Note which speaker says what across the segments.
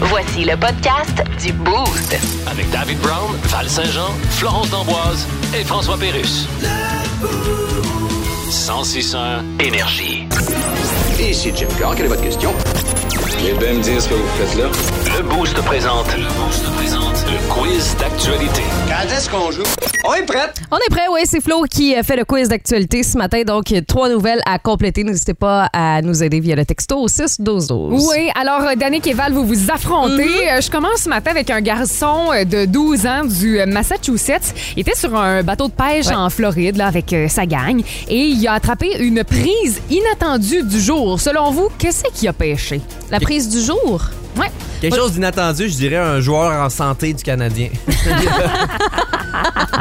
Speaker 1: Voici le podcast du Boost.
Speaker 2: Avec David Brown, Val Saint-Jean, Florence D'Amboise et François Pérus. 1061 Énergie.
Speaker 3: Ici Jim Carr, quelle est votre question?
Speaker 4: Vous bien me dire ce que vous faites là?
Speaker 2: Le Boost présente. Le Boost présente. Le quiz d'actualité.
Speaker 3: Quand est-ce qu'on joue? On est prête!
Speaker 5: On est prêt, oui, c'est Flo qui euh, fait le quiz d'actualité ce matin. Donc, trois nouvelles à compléter. N'hésitez pas à nous aider via le texto au 6 12 12.
Speaker 6: Oui, alors euh, Danick et Val, vous vous affrontez.
Speaker 5: Mm-hmm.
Speaker 6: Euh, Je commence ce matin avec un garçon euh, de 12 ans du euh, Massachusetts. Il était sur un bateau de pêche en Floride là, avec euh, sa gang et il a attrapé une prise inattendue du jour. Selon vous, qu'est-ce qu'il a pêché?
Speaker 5: La prise du jour.
Speaker 6: Ouais.
Speaker 7: Quelque chose d'inattendu, je dirais un joueur en santé du Canadien.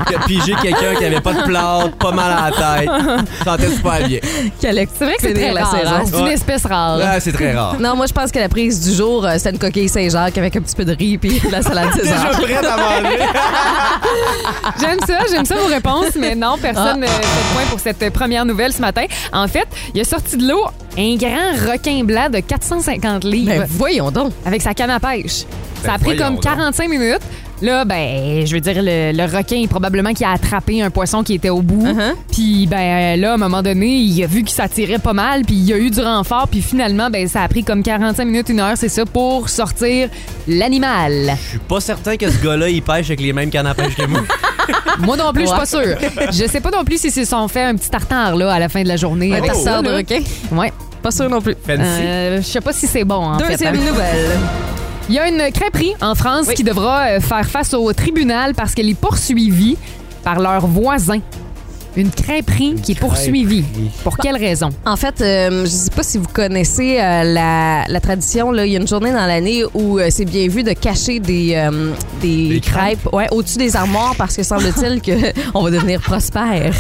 Speaker 7: Qui a pigé quelqu'un qui avait pas de plâtre, pas mal à la tête, sentait super bien.
Speaker 5: C'est vrai que
Speaker 6: C'est très
Speaker 5: la
Speaker 6: rare, hein?
Speaker 5: saison.
Speaker 6: C'est une
Speaker 7: Ouais.
Speaker 6: espèce rare.
Speaker 7: Ah, c'est très rare.
Speaker 5: Non, moi, je pense que la prise du jour, euh, c'était une coquille Saint-Jacques avec un petit peu de riz puis de la salade
Speaker 7: Déjà
Speaker 5: César.
Speaker 7: prête à manger.
Speaker 6: J'aime ça, j'aime ça vos réponses, mais non,
Speaker 5: Ah.
Speaker 6: personne ne fait de point pour cette première nouvelle ce matin. En fait, il a sorti de l'eau un grand requin blanc de 450 livres
Speaker 5: Ben, voyons donc.
Speaker 6: avec sa canne à pêche.
Speaker 7: Ben,
Speaker 6: ça a pris
Speaker 7: voyons
Speaker 6: comme 45 minutes. Là, ben, je veux dire, le, le requin, probablement qui a attrapé un poisson qui était au bout.
Speaker 5: Uh-huh.
Speaker 6: Puis, ben, là, à un moment donné, il a vu qu'il s'attirait pas mal, puis il y a eu du renfort, puis finalement, ben, ça a pris comme 45 minutes, une heure, c'est ça, pour sortir l'animal.
Speaker 7: Je suis pas certain que ce gars-là, il pêche avec les mêmes cannes à pêche que moi.
Speaker 6: Moi non plus, je suis pas sûre. Je sais pas non plus si se sont fait un petit tartare là, à la fin de la journée.
Speaker 5: Un
Speaker 6: avec ça,
Speaker 5: tasseur de
Speaker 6: là.
Speaker 5: requin.
Speaker 6: Ouais.
Speaker 5: Pas sûr non plus.
Speaker 7: Fancy.
Speaker 6: Euh, je sais pas si c'est bon. En fait,
Speaker 5: Deuxième
Speaker 6: hein.
Speaker 5: nouvelle.
Speaker 6: Il y a une crêperie en France qui devra euh, faire face au tribunal parce qu'elle est poursuivie par leurs voisins. Une crêperie qui est poursuivie. Pour quelle raison?
Speaker 5: En fait, euh, je sais pas si vous connaissez euh, la, la tradition. Là, il y a une journée dans l'année où euh, c'est bien vu de cacher des, euh, des,
Speaker 7: Des
Speaker 5: crêpes,
Speaker 7: crêpes.
Speaker 5: ouais, au-dessus des armoires parce que semble-t-il qu'on va devenir prospère.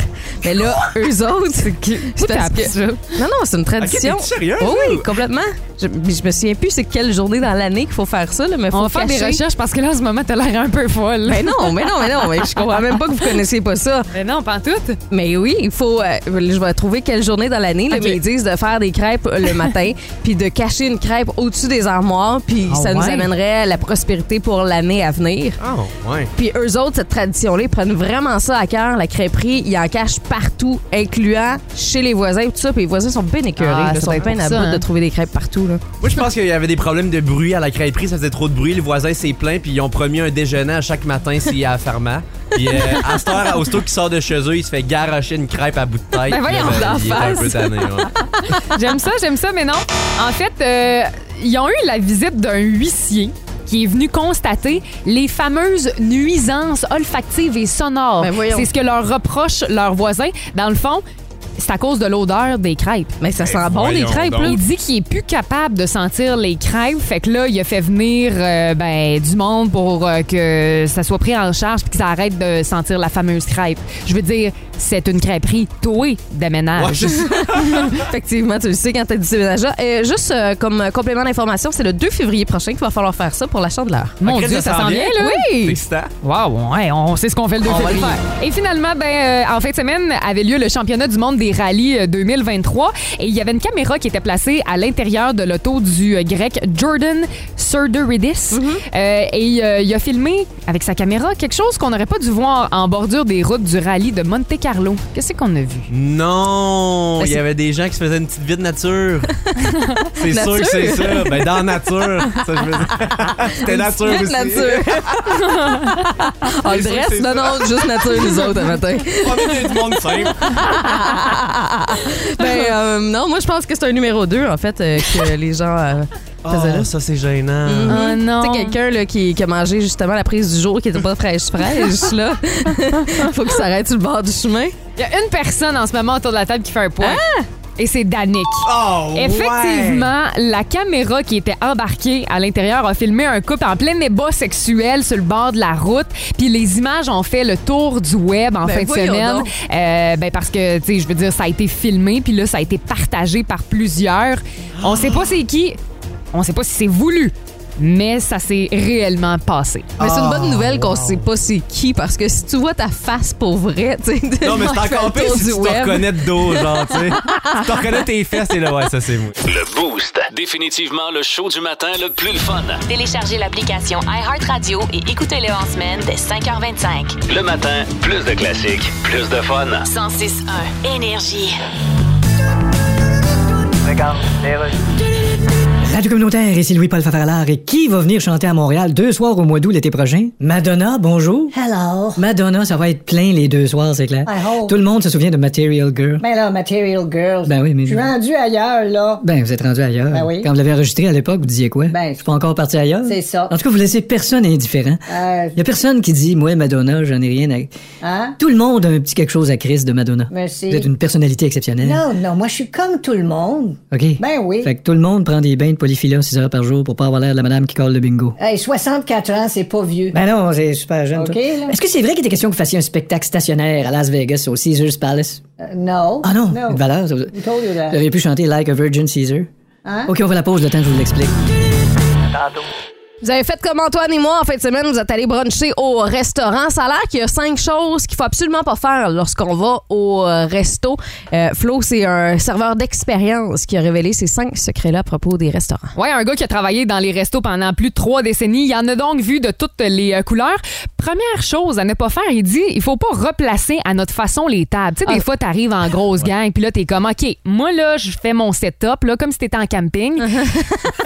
Speaker 5: Mais là, eux autres, c'est parce
Speaker 6: t'as appris
Speaker 5: que... Non, non, c'est une tradition.
Speaker 7: t'es-tu sérieux,
Speaker 5: Oh oui, complètement. Je, mais je me souviens plus c'est quelle journée dans l'année qu'il faut faire ça, là, mais faut
Speaker 6: On va faire des
Speaker 5: cacher. Ben
Speaker 6: recherches parce que là, en ce moment, t'as l'air un peu folle.
Speaker 5: Mais non, mais non, mais non, mais je comprends même pas que vous connaissiez pas ça.
Speaker 6: Mais non, pas en tout.
Speaker 5: Mais oui, il faut. euh, je vais trouver quelle journée dans l'année. là,
Speaker 6: Ok.
Speaker 5: Mais ils disent de faire des crêpes euh, le matin, puis de cacher une crêpe au-dessus des armoires, puis
Speaker 6: Ah
Speaker 5: ça nous
Speaker 6: ouais? Ah
Speaker 5: amènerait à la prospérité pour l'année à venir.
Speaker 7: Oh, ouais.
Speaker 5: Puis eux autres, cette tradition-là, ils prennent vraiment ça à cœur, la crêperie. Ils en cachent partout, incluant chez les voisins, et tout ça. Puis les voisins sont bien écœurés.
Speaker 6: Ah,
Speaker 5: là,
Speaker 6: ça
Speaker 5: ils sont
Speaker 6: doit
Speaker 5: bien
Speaker 6: être pour
Speaker 5: à bout
Speaker 6: ça,
Speaker 5: de
Speaker 6: hein.
Speaker 5: trouver des crêpes partout. Là.
Speaker 7: Moi, je pense qu'il y avait des problèmes de bruit à la crêperie. Ça faisait trop de bruit. Le voisin s'est plaint, puis ils ont promis un déjeuner à chaque matin s'il y a à Pharma. Puis euh, à cette heure, aussitôt qu'il sort de chez eux, il se fait garocher une crêpe à bout de tête.
Speaker 6: Ben voyons,
Speaker 7: Puis,
Speaker 6: d'en
Speaker 7: il est un
Speaker 6: face.
Speaker 7: peu tanné, ouais.
Speaker 6: J'aime ça, j'aime ça, mais non. En fait, euh, ils ont eu la visite d'un huissier qui est venu constater les fameuses nuisances olfactives et sonores.
Speaker 5: Ben voyons.
Speaker 6: C'est ce que leur reprochent leurs voisins. Dans le fond, c'est à cause de l'odeur des crêpes.
Speaker 5: Mais ça sent bon, les
Speaker 7: voyons
Speaker 5: crêpes,
Speaker 7: donc.
Speaker 5: là.
Speaker 6: Il dit qu'il est plus capable de sentir les crêpes, fait que là il a fait venir euh, ben, du monde pour euh, que ça soit pris en charge puis qu'ils arrêtent de sentir la fameuse crêpe. Je veux dire, c'est une crêperie touée de ménage.
Speaker 7: Ouais, je sais.
Speaker 5: Effectivement, tu le sais quand t'as dit déménageur. Et juste euh, comme complément d'information, c'est le 2 février prochain qu'il va falloir faire ça pour la chandeleur.
Speaker 6: Mon
Speaker 7: Ah, Chris,
Speaker 6: Dieu, ça s'en vient, là?
Speaker 7: C'est
Speaker 6: Oui!
Speaker 7: excitant.
Speaker 6: Wow, ouais, on sait ce qu'on fait le 2
Speaker 5: On va le
Speaker 6: février. Et finalement, ben, euh, en fin de semaine, avait lieu le championnat du monde des rallyes euh, 2023 et il y avait une caméra qui était placée à l'intérieur de l'auto du euh, grec Jordan Surderidis.
Speaker 5: Mm-hmm.
Speaker 6: Euh, et euh, il a filmé avec sa caméra quelque chose qu'on n'aurait pas dû voir en bordure des routes du rallye de Monte Carlo. Qu'est-ce qu'on a vu?
Speaker 5: Mm-hmm.
Speaker 7: Non,
Speaker 5: Ben,
Speaker 7: il y
Speaker 5: c'est-
Speaker 7: avait des gens qui se faisaient une petite vie de nature. c'est sûr
Speaker 5: Nature?
Speaker 7: que c'est ça. Ben dans nature. Ça, je veux dire. C'était nature
Speaker 5: Juste
Speaker 7: aussi.
Speaker 5: nature. On le
Speaker 7: C'est sûr que
Speaker 5: dresse?
Speaker 7: c'est
Speaker 5: Non, non, juste nature, nous autres, un matin.
Speaker 7: Promener du monde simple.
Speaker 5: Ben, euh, non, moi, je pense que c'est un numéro 2, en fait, euh, que les gens euh, faisaient là.
Speaker 7: Oh, ça c'est gênant.
Speaker 6: Oh non.
Speaker 7: Ah.
Speaker 5: Tu sais, quelqu'un là, qui, qui a mangé justement la prise du jour qui était pas fraîche, fraîche, là. Faut qu'il s'arrête sur le bord du chemin.
Speaker 6: Il y a une personne en ce moment autour de la table qui fait un point.
Speaker 5: Ah!
Speaker 6: Et c'est Danick.
Speaker 7: Oh,
Speaker 6: Effectivement, la caméra qui était embarquée à l'intérieur a filmé un couple en plein débat sexuel sur le bord de la route. Puis les images ont fait le tour du web en
Speaker 5: Ben,
Speaker 6: fin de
Speaker 5: voyons
Speaker 6: semaine.
Speaker 5: donc.
Speaker 6: Euh, ben parce que, tu sais, je veux dire, ça a été filmé, puis là, ça a été partagé par plusieurs. On sait pas c'est qui. On sait pas si c'est voulu. mais ça s'est réellement passé.
Speaker 5: Mais c'est une bonne
Speaker 7: Ah,
Speaker 5: nouvelle qu'on sait pas c'est qui, parce que si tu vois ta face pour vrai, tu sais.
Speaker 7: Non, mais c'est
Speaker 5: tu fais le
Speaker 7: encore pire
Speaker 5: tour
Speaker 7: si
Speaker 5: du
Speaker 7: tu te
Speaker 5: web.
Speaker 7: reconnais de dos, genre, tu sais. tu te reconnais tes fesses et là, ouais, ça, c'est moi.
Speaker 2: Le Boost. Définitivement le show du matin le plus le fun.
Speaker 1: Téléchargez l'application iHeartRadio et écoutez-le en semaine dès 5h25.
Speaker 2: Le matin, plus de classiques, plus de fun.
Speaker 1: 106.1 Énergie.
Speaker 8: Radio Communautaire, ici Louis-Paul Favaralard. Et qui va venir chanter à Montréal deux soirs au mois d'août l'été prochain? Madonna, bonjour.
Speaker 9: Hello.
Speaker 8: Madonna, ça va être plein les deux soirs, c'est clair.
Speaker 9: I hope.
Speaker 8: Tout le monde se souvient de Material Girl.
Speaker 9: Ben là, Material Girls.
Speaker 8: Ben oui, mais-
Speaker 9: Je suis rendu ailleurs, là.
Speaker 8: Ben, vous êtes rendu ailleurs.
Speaker 9: Ben oui.
Speaker 8: Quand vous l'avez enregistré à l'époque, vous disiez quoi?
Speaker 9: Ben,
Speaker 8: je suis pas encore parti ailleurs.
Speaker 9: c'est ça.
Speaker 8: En tout cas, vous laissez personne indifférent.
Speaker 9: Euh,
Speaker 8: Il y a personne qui dit, moi, Madonna, j'en ai rien à.
Speaker 9: hein?
Speaker 8: Tout le monde a un petit quelque chose à Chris de Madonna.
Speaker 9: Merci.
Speaker 8: Vous êtes une personnalité exceptionnelle.
Speaker 9: Non, non, moi, je suis comme tout le monde.
Speaker 8: OK?
Speaker 9: Ben oui.
Speaker 8: Fait que tout le monde prend des bains de polyphila 6 heures par jour pour pas avoir l'air de la madame qui colle le bingo.
Speaker 9: Hey, 64 ans, c'est pas vieux.
Speaker 8: Ben non, c'est super jeune.
Speaker 9: OK,
Speaker 8: toi.
Speaker 9: là.
Speaker 8: Est-ce que c'est vrai qu'il était question que vous fassiez un spectacle stationnaire à Las Vegas au Caesars Palace?
Speaker 9: Euh, non.
Speaker 8: Ah non,
Speaker 9: No.
Speaker 8: une valeur. Ça... vous-
Speaker 9: We told you that.
Speaker 8: Vous auriez pu chanter Like a Virgin Caesar.
Speaker 9: Hein?
Speaker 8: OK, on va la pause le temps que je vous l'explique.
Speaker 5: Vous avez fait comme Antoine et moi en fin de semaine, vous êtes allés bruncher au restaurant. Ça a l'air qu'il y a cinq choses qu'il faut absolument pas faire lorsqu'on va au euh, resto. Euh, Flo, c'est un serveur d'expérience qui a révélé ces cinq secrets-là à propos des restaurants.
Speaker 6: Ouais, un gars qui a travaillé dans les restos pendant plus de trois décennies. Il en a donc vu de toutes les euh, couleurs. Première chose à ne pas faire, il dit, il faut pas replacer à notre façon les tables. Tu sais, des
Speaker 5: Ah.
Speaker 6: fois, t'arrives en grosse gang, puis là, t'es comme, OK, moi, là, je fais mon setup, là, comme si t'étais en camping.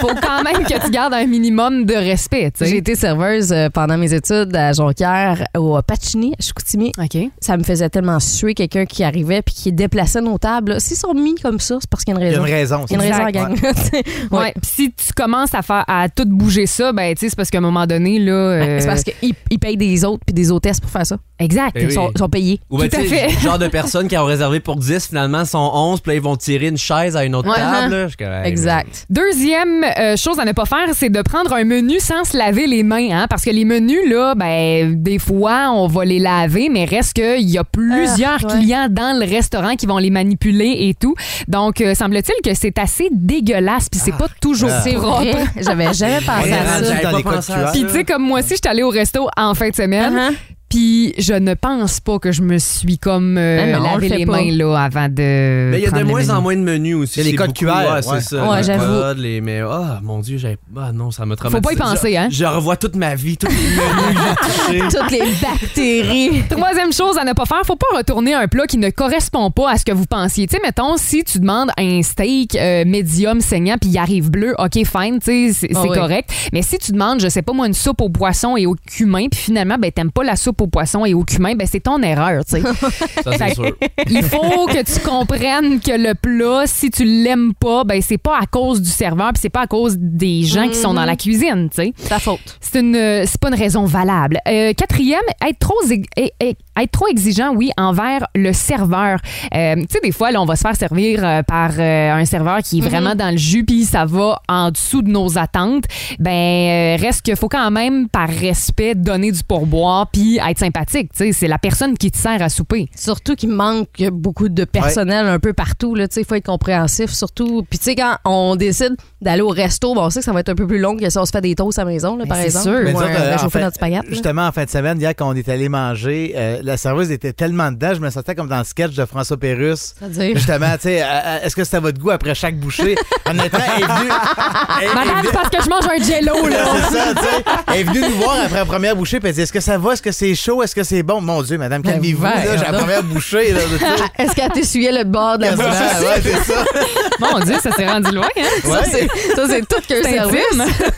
Speaker 6: faut quand même que tu gardes un minimum de respect, tu
Speaker 5: J'ai
Speaker 6: sais.
Speaker 5: été serveuse euh, pendant mes études à Jonquière, au Pachini, à Chicoutimi.
Speaker 6: OK.
Speaker 5: Ça me faisait tellement suer quelqu'un qui arrivait puis qui déplaçait nos tables. là. S'ils sont mis comme ça, c'est parce qu'il y a une
Speaker 10: Il y a
Speaker 5: raison.
Speaker 10: une raison.
Speaker 5: Il y a une
Speaker 10: ça.
Speaker 5: raison, gang.
Speaker 6: Ouais.
Speaker 5: Ouais.
Speaker 6: puis Si tu commences à faire à tout bouger ça, ben tu sais, c'est parce qu'à un moment donné là. euh,
Speaker 5: Ben, C'est parce qu'ils ils payent des autres puis des hôtesses pour faire ça.
Speaker 6: Exact.
Speaker 7: Ben
Speaker 5: Ils sont,
Speaker 7: oui.
Speaker 5: ils sont payés.
Speaker 7: Ou ben,
Speaker 6: Tout à
Speaker 7: tu sais,
Speaker 6: fait.
Speaker 7: genre de personnes qui ont réservé pour 10, finalement, sont 11, puis là, ils vont tirer une chaise à une autre
Speaker 5: Ouais, hein.
Speaker 7: table. là. Je suis comme, hey,
Speaker 5: Exact.
Speaker 6: Deuxième euh, chose à ne pas faire, c'est de prendre un menu sans se laver les mains, hein, parce que les menus là, ben des fois on va les laver, mais reste qu'il y a plusieurs
Speaker 5: Ah, ouais.
Speaker 6: clients dans le restaurant qui vont les manipuler et tout. Donc euh, semble-t-il que c'est assez dégueulasse, puis c'est pas toujours
Speaker 5: Ah, C'est
Speaker 6: propre.
Speaker 5: vrai. J'avais jamais pensé
Speaker 10: est
Speaker 5: à
Speaker 10: rendu à
Speaker 5: ça.
Speaker 7: J'avais
Speaker 10: dans
Speaker 7: pas
Speaker 10: les codes
Speaker 7: pensé à
Speaker 10: QR.
Speaker 7: ça.
Speaker 6: Ah, Puis tu sais comme moi aussi, j'étais allée au resto en fin de semaine.
Speaker 5: Uh-huh.
Speaker 6: Puis je ne pense pas que je me suis comme euh,
Speaker 5: Ah non, on
Speaker 6: lavé
Speaker 5: le fait
Speaker 6: les
Speaker 5: pas.
Speaker 6: mains là avant de.
Speaker 7: Mais il y a de
Speaker 6: prendre le
Speaker 7: moins
Speaker 6: menu.
Speaker 7: en moins de menus
Speaker 10: Il y
Speaker 7: aussi.
Speaker 10: a les
Speaker 7: c'est
Speaker 10: codes
Speaker 7: beaucoup,
Speaker 10: QR,
Speaker 7: Ouais,
Speaker 10: ouais.
Speaker 7: c'est ça.
Speaker 5: Ouais,
Speaker 7: les
Speaker 5: j'avoue.
Speaker 7: codes, les- mais, ah, mon Dieu, j'avais. Ah, non, ça m'a
Speaker 6: Faut
Speaker 7: traumatisé.
Speaker 6: pas y penser, hein.
Speaker 7: Je, je revois toute ma vie, tous les menus que j'ai touchés.
Speaker 5: Toutes les bactéries.
Speaker 6: Troisième chose à ne pas faire, faut pas retourner un plat qui ne correspond pas à ce que vous pensiez. Tu sais, mettons, si tu demandes un steak euh, médium saignant puis il arrive bleu, ok, fine, tu sais, c'est
Speaker 5: Ah
Speaker 6: c'est
Speaker 5: oui.
Speaker 6: correct. Mais si tu demandes, je sais pas moi, une soupe au poisson et au cumin, puis finalement, ben t'aimes pas la soupe au poisson et au cumin, ben c'est ton erreur, tu sais.
Speaker 7: Ça, c'est sûr.
Speaker 6: Il faut que tu comprennes que le plat, si tu l'aimes pas, ben c'est pas à cause du serveur, puis c'est pas à cause des gens qui sont dans la cuisine, tu sais.
Speaker 5: Mhm. Ta faute.
Speaker 6: C'est une, euh, c'est pas une raison valable. Euh, quatrième, être trop, ex- eh, eh, être trop exigeant, oui, envers le serveur. Euh, tu sais, des fois, là, on va se faire servir euh, par euh, un serveur qui est
Speaker 5: Mhm.
Speaker 6: vraiment dans le jus, puis ça va en dessous de nos attentes. Ben, euh, reste qu'il faut quand même, par respect, donner du pourboire, puis être sympathique. Tu sais, c'est la personne qui te sert à souper.
Speaker 5: Surtout qu'il manque beaucoup de personnel un peu partout. là. Tu sais, Il faut être compréhensif, surtout. Puis, tu sais, quand on décide d'aller au resto, bon, on sait que ça va être un peu plus long que si on se fait des toasts à la maison, là,
Speaker 6: Ben,
Speaker 5: par
Speaker 6: c'est
Speaker 5: exemple.
Speaker 6: sûr.
Speaker 10: Mais
Speaker 5: Ou
Speaker 10: nous
Speaker 5: un-
Speaker 10: autres, euh,
Speaker 5: ben,
Speaker 10: en
Speaker 5: chauffer
Speaker 10: fait,
Speaker 5: notre spaghette. là.
Speaker 10: Justement, en fin de semaine, hier, quand on est allé manger, euh, la serveuse était tellement dedans, je me sentais comme dans le sketch de François Pérusse.
Speaker 5: C'est-à-dire?
Speaker 10: Justement, tu sais, euh, euh, est-ce que c'était à votre goût après chaque bouchée? Honnêtement, elle est venue. elle- elle
Speaker 6: Madame,
Speaker 10: venait-
Speaker 6: c'est parce que je mange un jello, là.
Speaker 10: C'est ça, tu sais. Elle est venue nous voir après la première bouchée, puis elle dit Est-ce que ça va Est-ce que c'est chaud Est-ce que c'est bon Mon Dieu, madame,
Speaker 5: Ben,
Speaker 10: calmez-vous, là,
Speaker 5: voyons
Speaker 10: j'ai la
Speaker 5: donc.
Speaker 10: première bouchée. Là, de tout.
Speaker 5: Est-ce qu'elle t'essuyait le bord de la bouche?
Speaker 10: Quasiment, Ah ouais, c'est ça.
Speaker 6: Mon Dieu, ça s'est rendu loin, hein?
Speaker 5: Ça, c'est- ça, c'est tout qu'un
Speaker 6: C'est intime.
Speaker 5: service.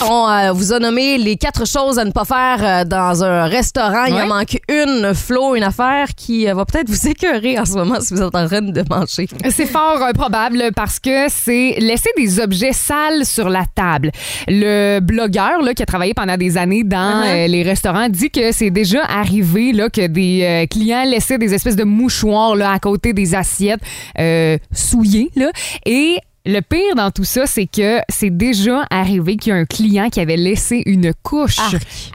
Speaker 5: On euh, vous a nommé les quatre choses à ne pas faire euh, dans un restaurant. Il en
Speaker 6: Ouais.
Speaker 5: manque une, Flo, une affaire qui euh, va peut-être vous écœurer en ce moment si vous êtes en train de manger.
Speaker 6: C'est fort euh, probable parce que c'est laisser des objets sales sur la table. Le blogueur là, qui a travaillé pendant des années dans
Speaker 5: Uh-huh.
Speaker 6: euh, les restaurants dit que c'est déjà arrivé là, que des euh, clients laissaient des espèces de mouchoirs là, à côté des assiettes euh, souillées. Là, et le pire dans tout ça, c'est que c'est déjà arrivé qu'il y a un client qui avait laissé une couche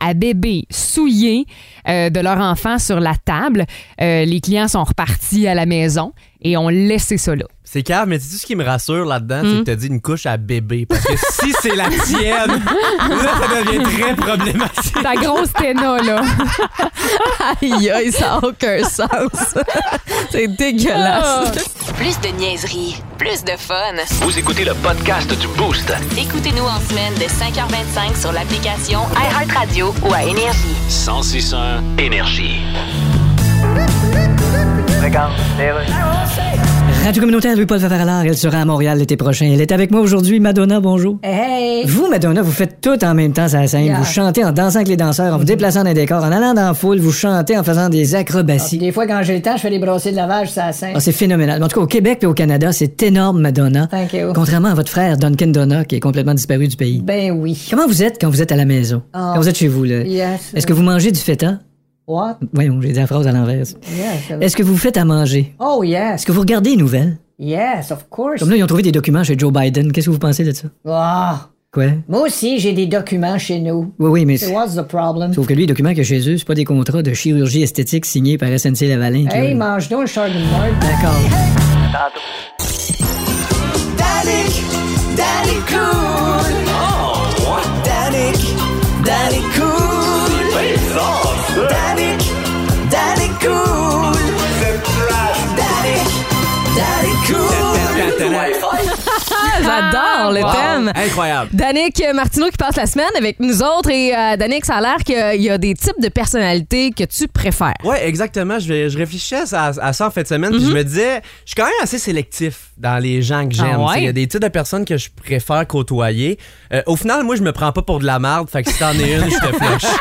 Speaker 6: à bébé souillée euh, de leur enfant sur la table. Euh, les clients sont repartis à la maison et on laissait ça là.
Speaker 7: C'est cave, mais dis-tu ce qui me rassure là-dedans?
Speaker 10: Hmm.
Speaker 7: C'est que t'as dit une couche à bébé. Parce que si c'est la tienne, là, ça devient très problématique.
Speaker 6: Ta grosse téna, là.
Speaker 5: Aïe, aïe, ça n'a aucun sens. C'est dégueulasse.
Speaker 1: Plus de niaiserie, plus de fun.
Speaker 2: Vous écoutez le podcast du Boost.
Speaker 1: Écoutez-nous en semaine de 5h25 sur l'application iHeartRadio ou à Énergie.
Speaker 2: 1061 Énergie.
Speaker 8: Radio communautaire Louis-Paul Favaralard, elle sera à Montréal l'été prochain. Elle est avec moi aujourd'hui. Madonna, bonjour.
Speaker 9: Hey!
Speaker 8: Vous, Madonna, vous faites tout en même temps sur la scène.
Speaker 9: Yeah.
Speaker 8: Vous chantez en dansant avec les danseurs, en vous déplaçant dans les décors, en allant dans la foule, vous chantez en faisant des acrobaties.
Speaker 9: Ah, Puis des fois, quand j'ai le temps, je fais des brossées de lavage, ça scène.
Speaker 8: Ah, c'est phénoménal. En tout cas, au Québec et au Canada, c'est énorme, Madonna.
Speaker 9: Thank you.
Speaker 8: Contrairement à votre frère, Duncan Donna, qui est complètement disparu du pays.
Speaker 9: Ben oui.
Speaker 8: Comment vous êtes quand vous êtes à la maison?
Speaker 9: Ah.
Speaker 8: Quand vous êtes chez vous, là?
Speaker 9: Yes.
Speaker 8: Est-ce que vous mangez du feta?
Speaker 9: What?
Speaker 8: Voyons, j'ai dit la phrase à l'envers.
Speaker 9: Yes.
Speaker 8: Est-ce que vous faites à manger?
Speaker 9: Oh, yes.
Speaker 8: Est-ce que vous regardez les nouvelles?
Speaker 9: Yes, of course.
Speaker 8: Comme là, ils ont trouvé des documents chez Joe Biden. Qu'est-ce que vous pensez de ça?
Speaker 9: Ah!
Speaker 8: Quoi?
Speaker 9: Moi aussi, j'ai des documents chez nous.
Speaker 8: Oui, oui, mais...
Speaker 9: So What's the problem?
Speaker 8: Sauf que lui, les documents que chez eux, c'est pas des contrats de chirurgie esthétique signés par SNC Lavalin. qui-
Speaker 9: Hey, mange donc le chardonnay.
Speaker 8: D'accord.
Speaker 5: Ah, J'adore le thème.
Speaker 7: Incroyable.
Speaker 5: Danick Martineau qui passe la semaine avec nous autres. Et euh, Danick, ça a l'air qu'il y a des types de personnalités que tu préfères.
Speaker 7: Ouais, exactement. Je, vais- je réfléchissais à, à ça en fin de semaine,
Speaker 10: Hmm.
Speaker 7: puis je me disais, je suis quand même assez sélectif dans les gens que j'aime.
Speaker 6: Ah ouais?
Speaker 7: T'sais, Il y a des types de personnes que je préfère côtoyer. Euh, au final, moi, je me prends pas pour de la merde, fait que si t'en es une, je te flush.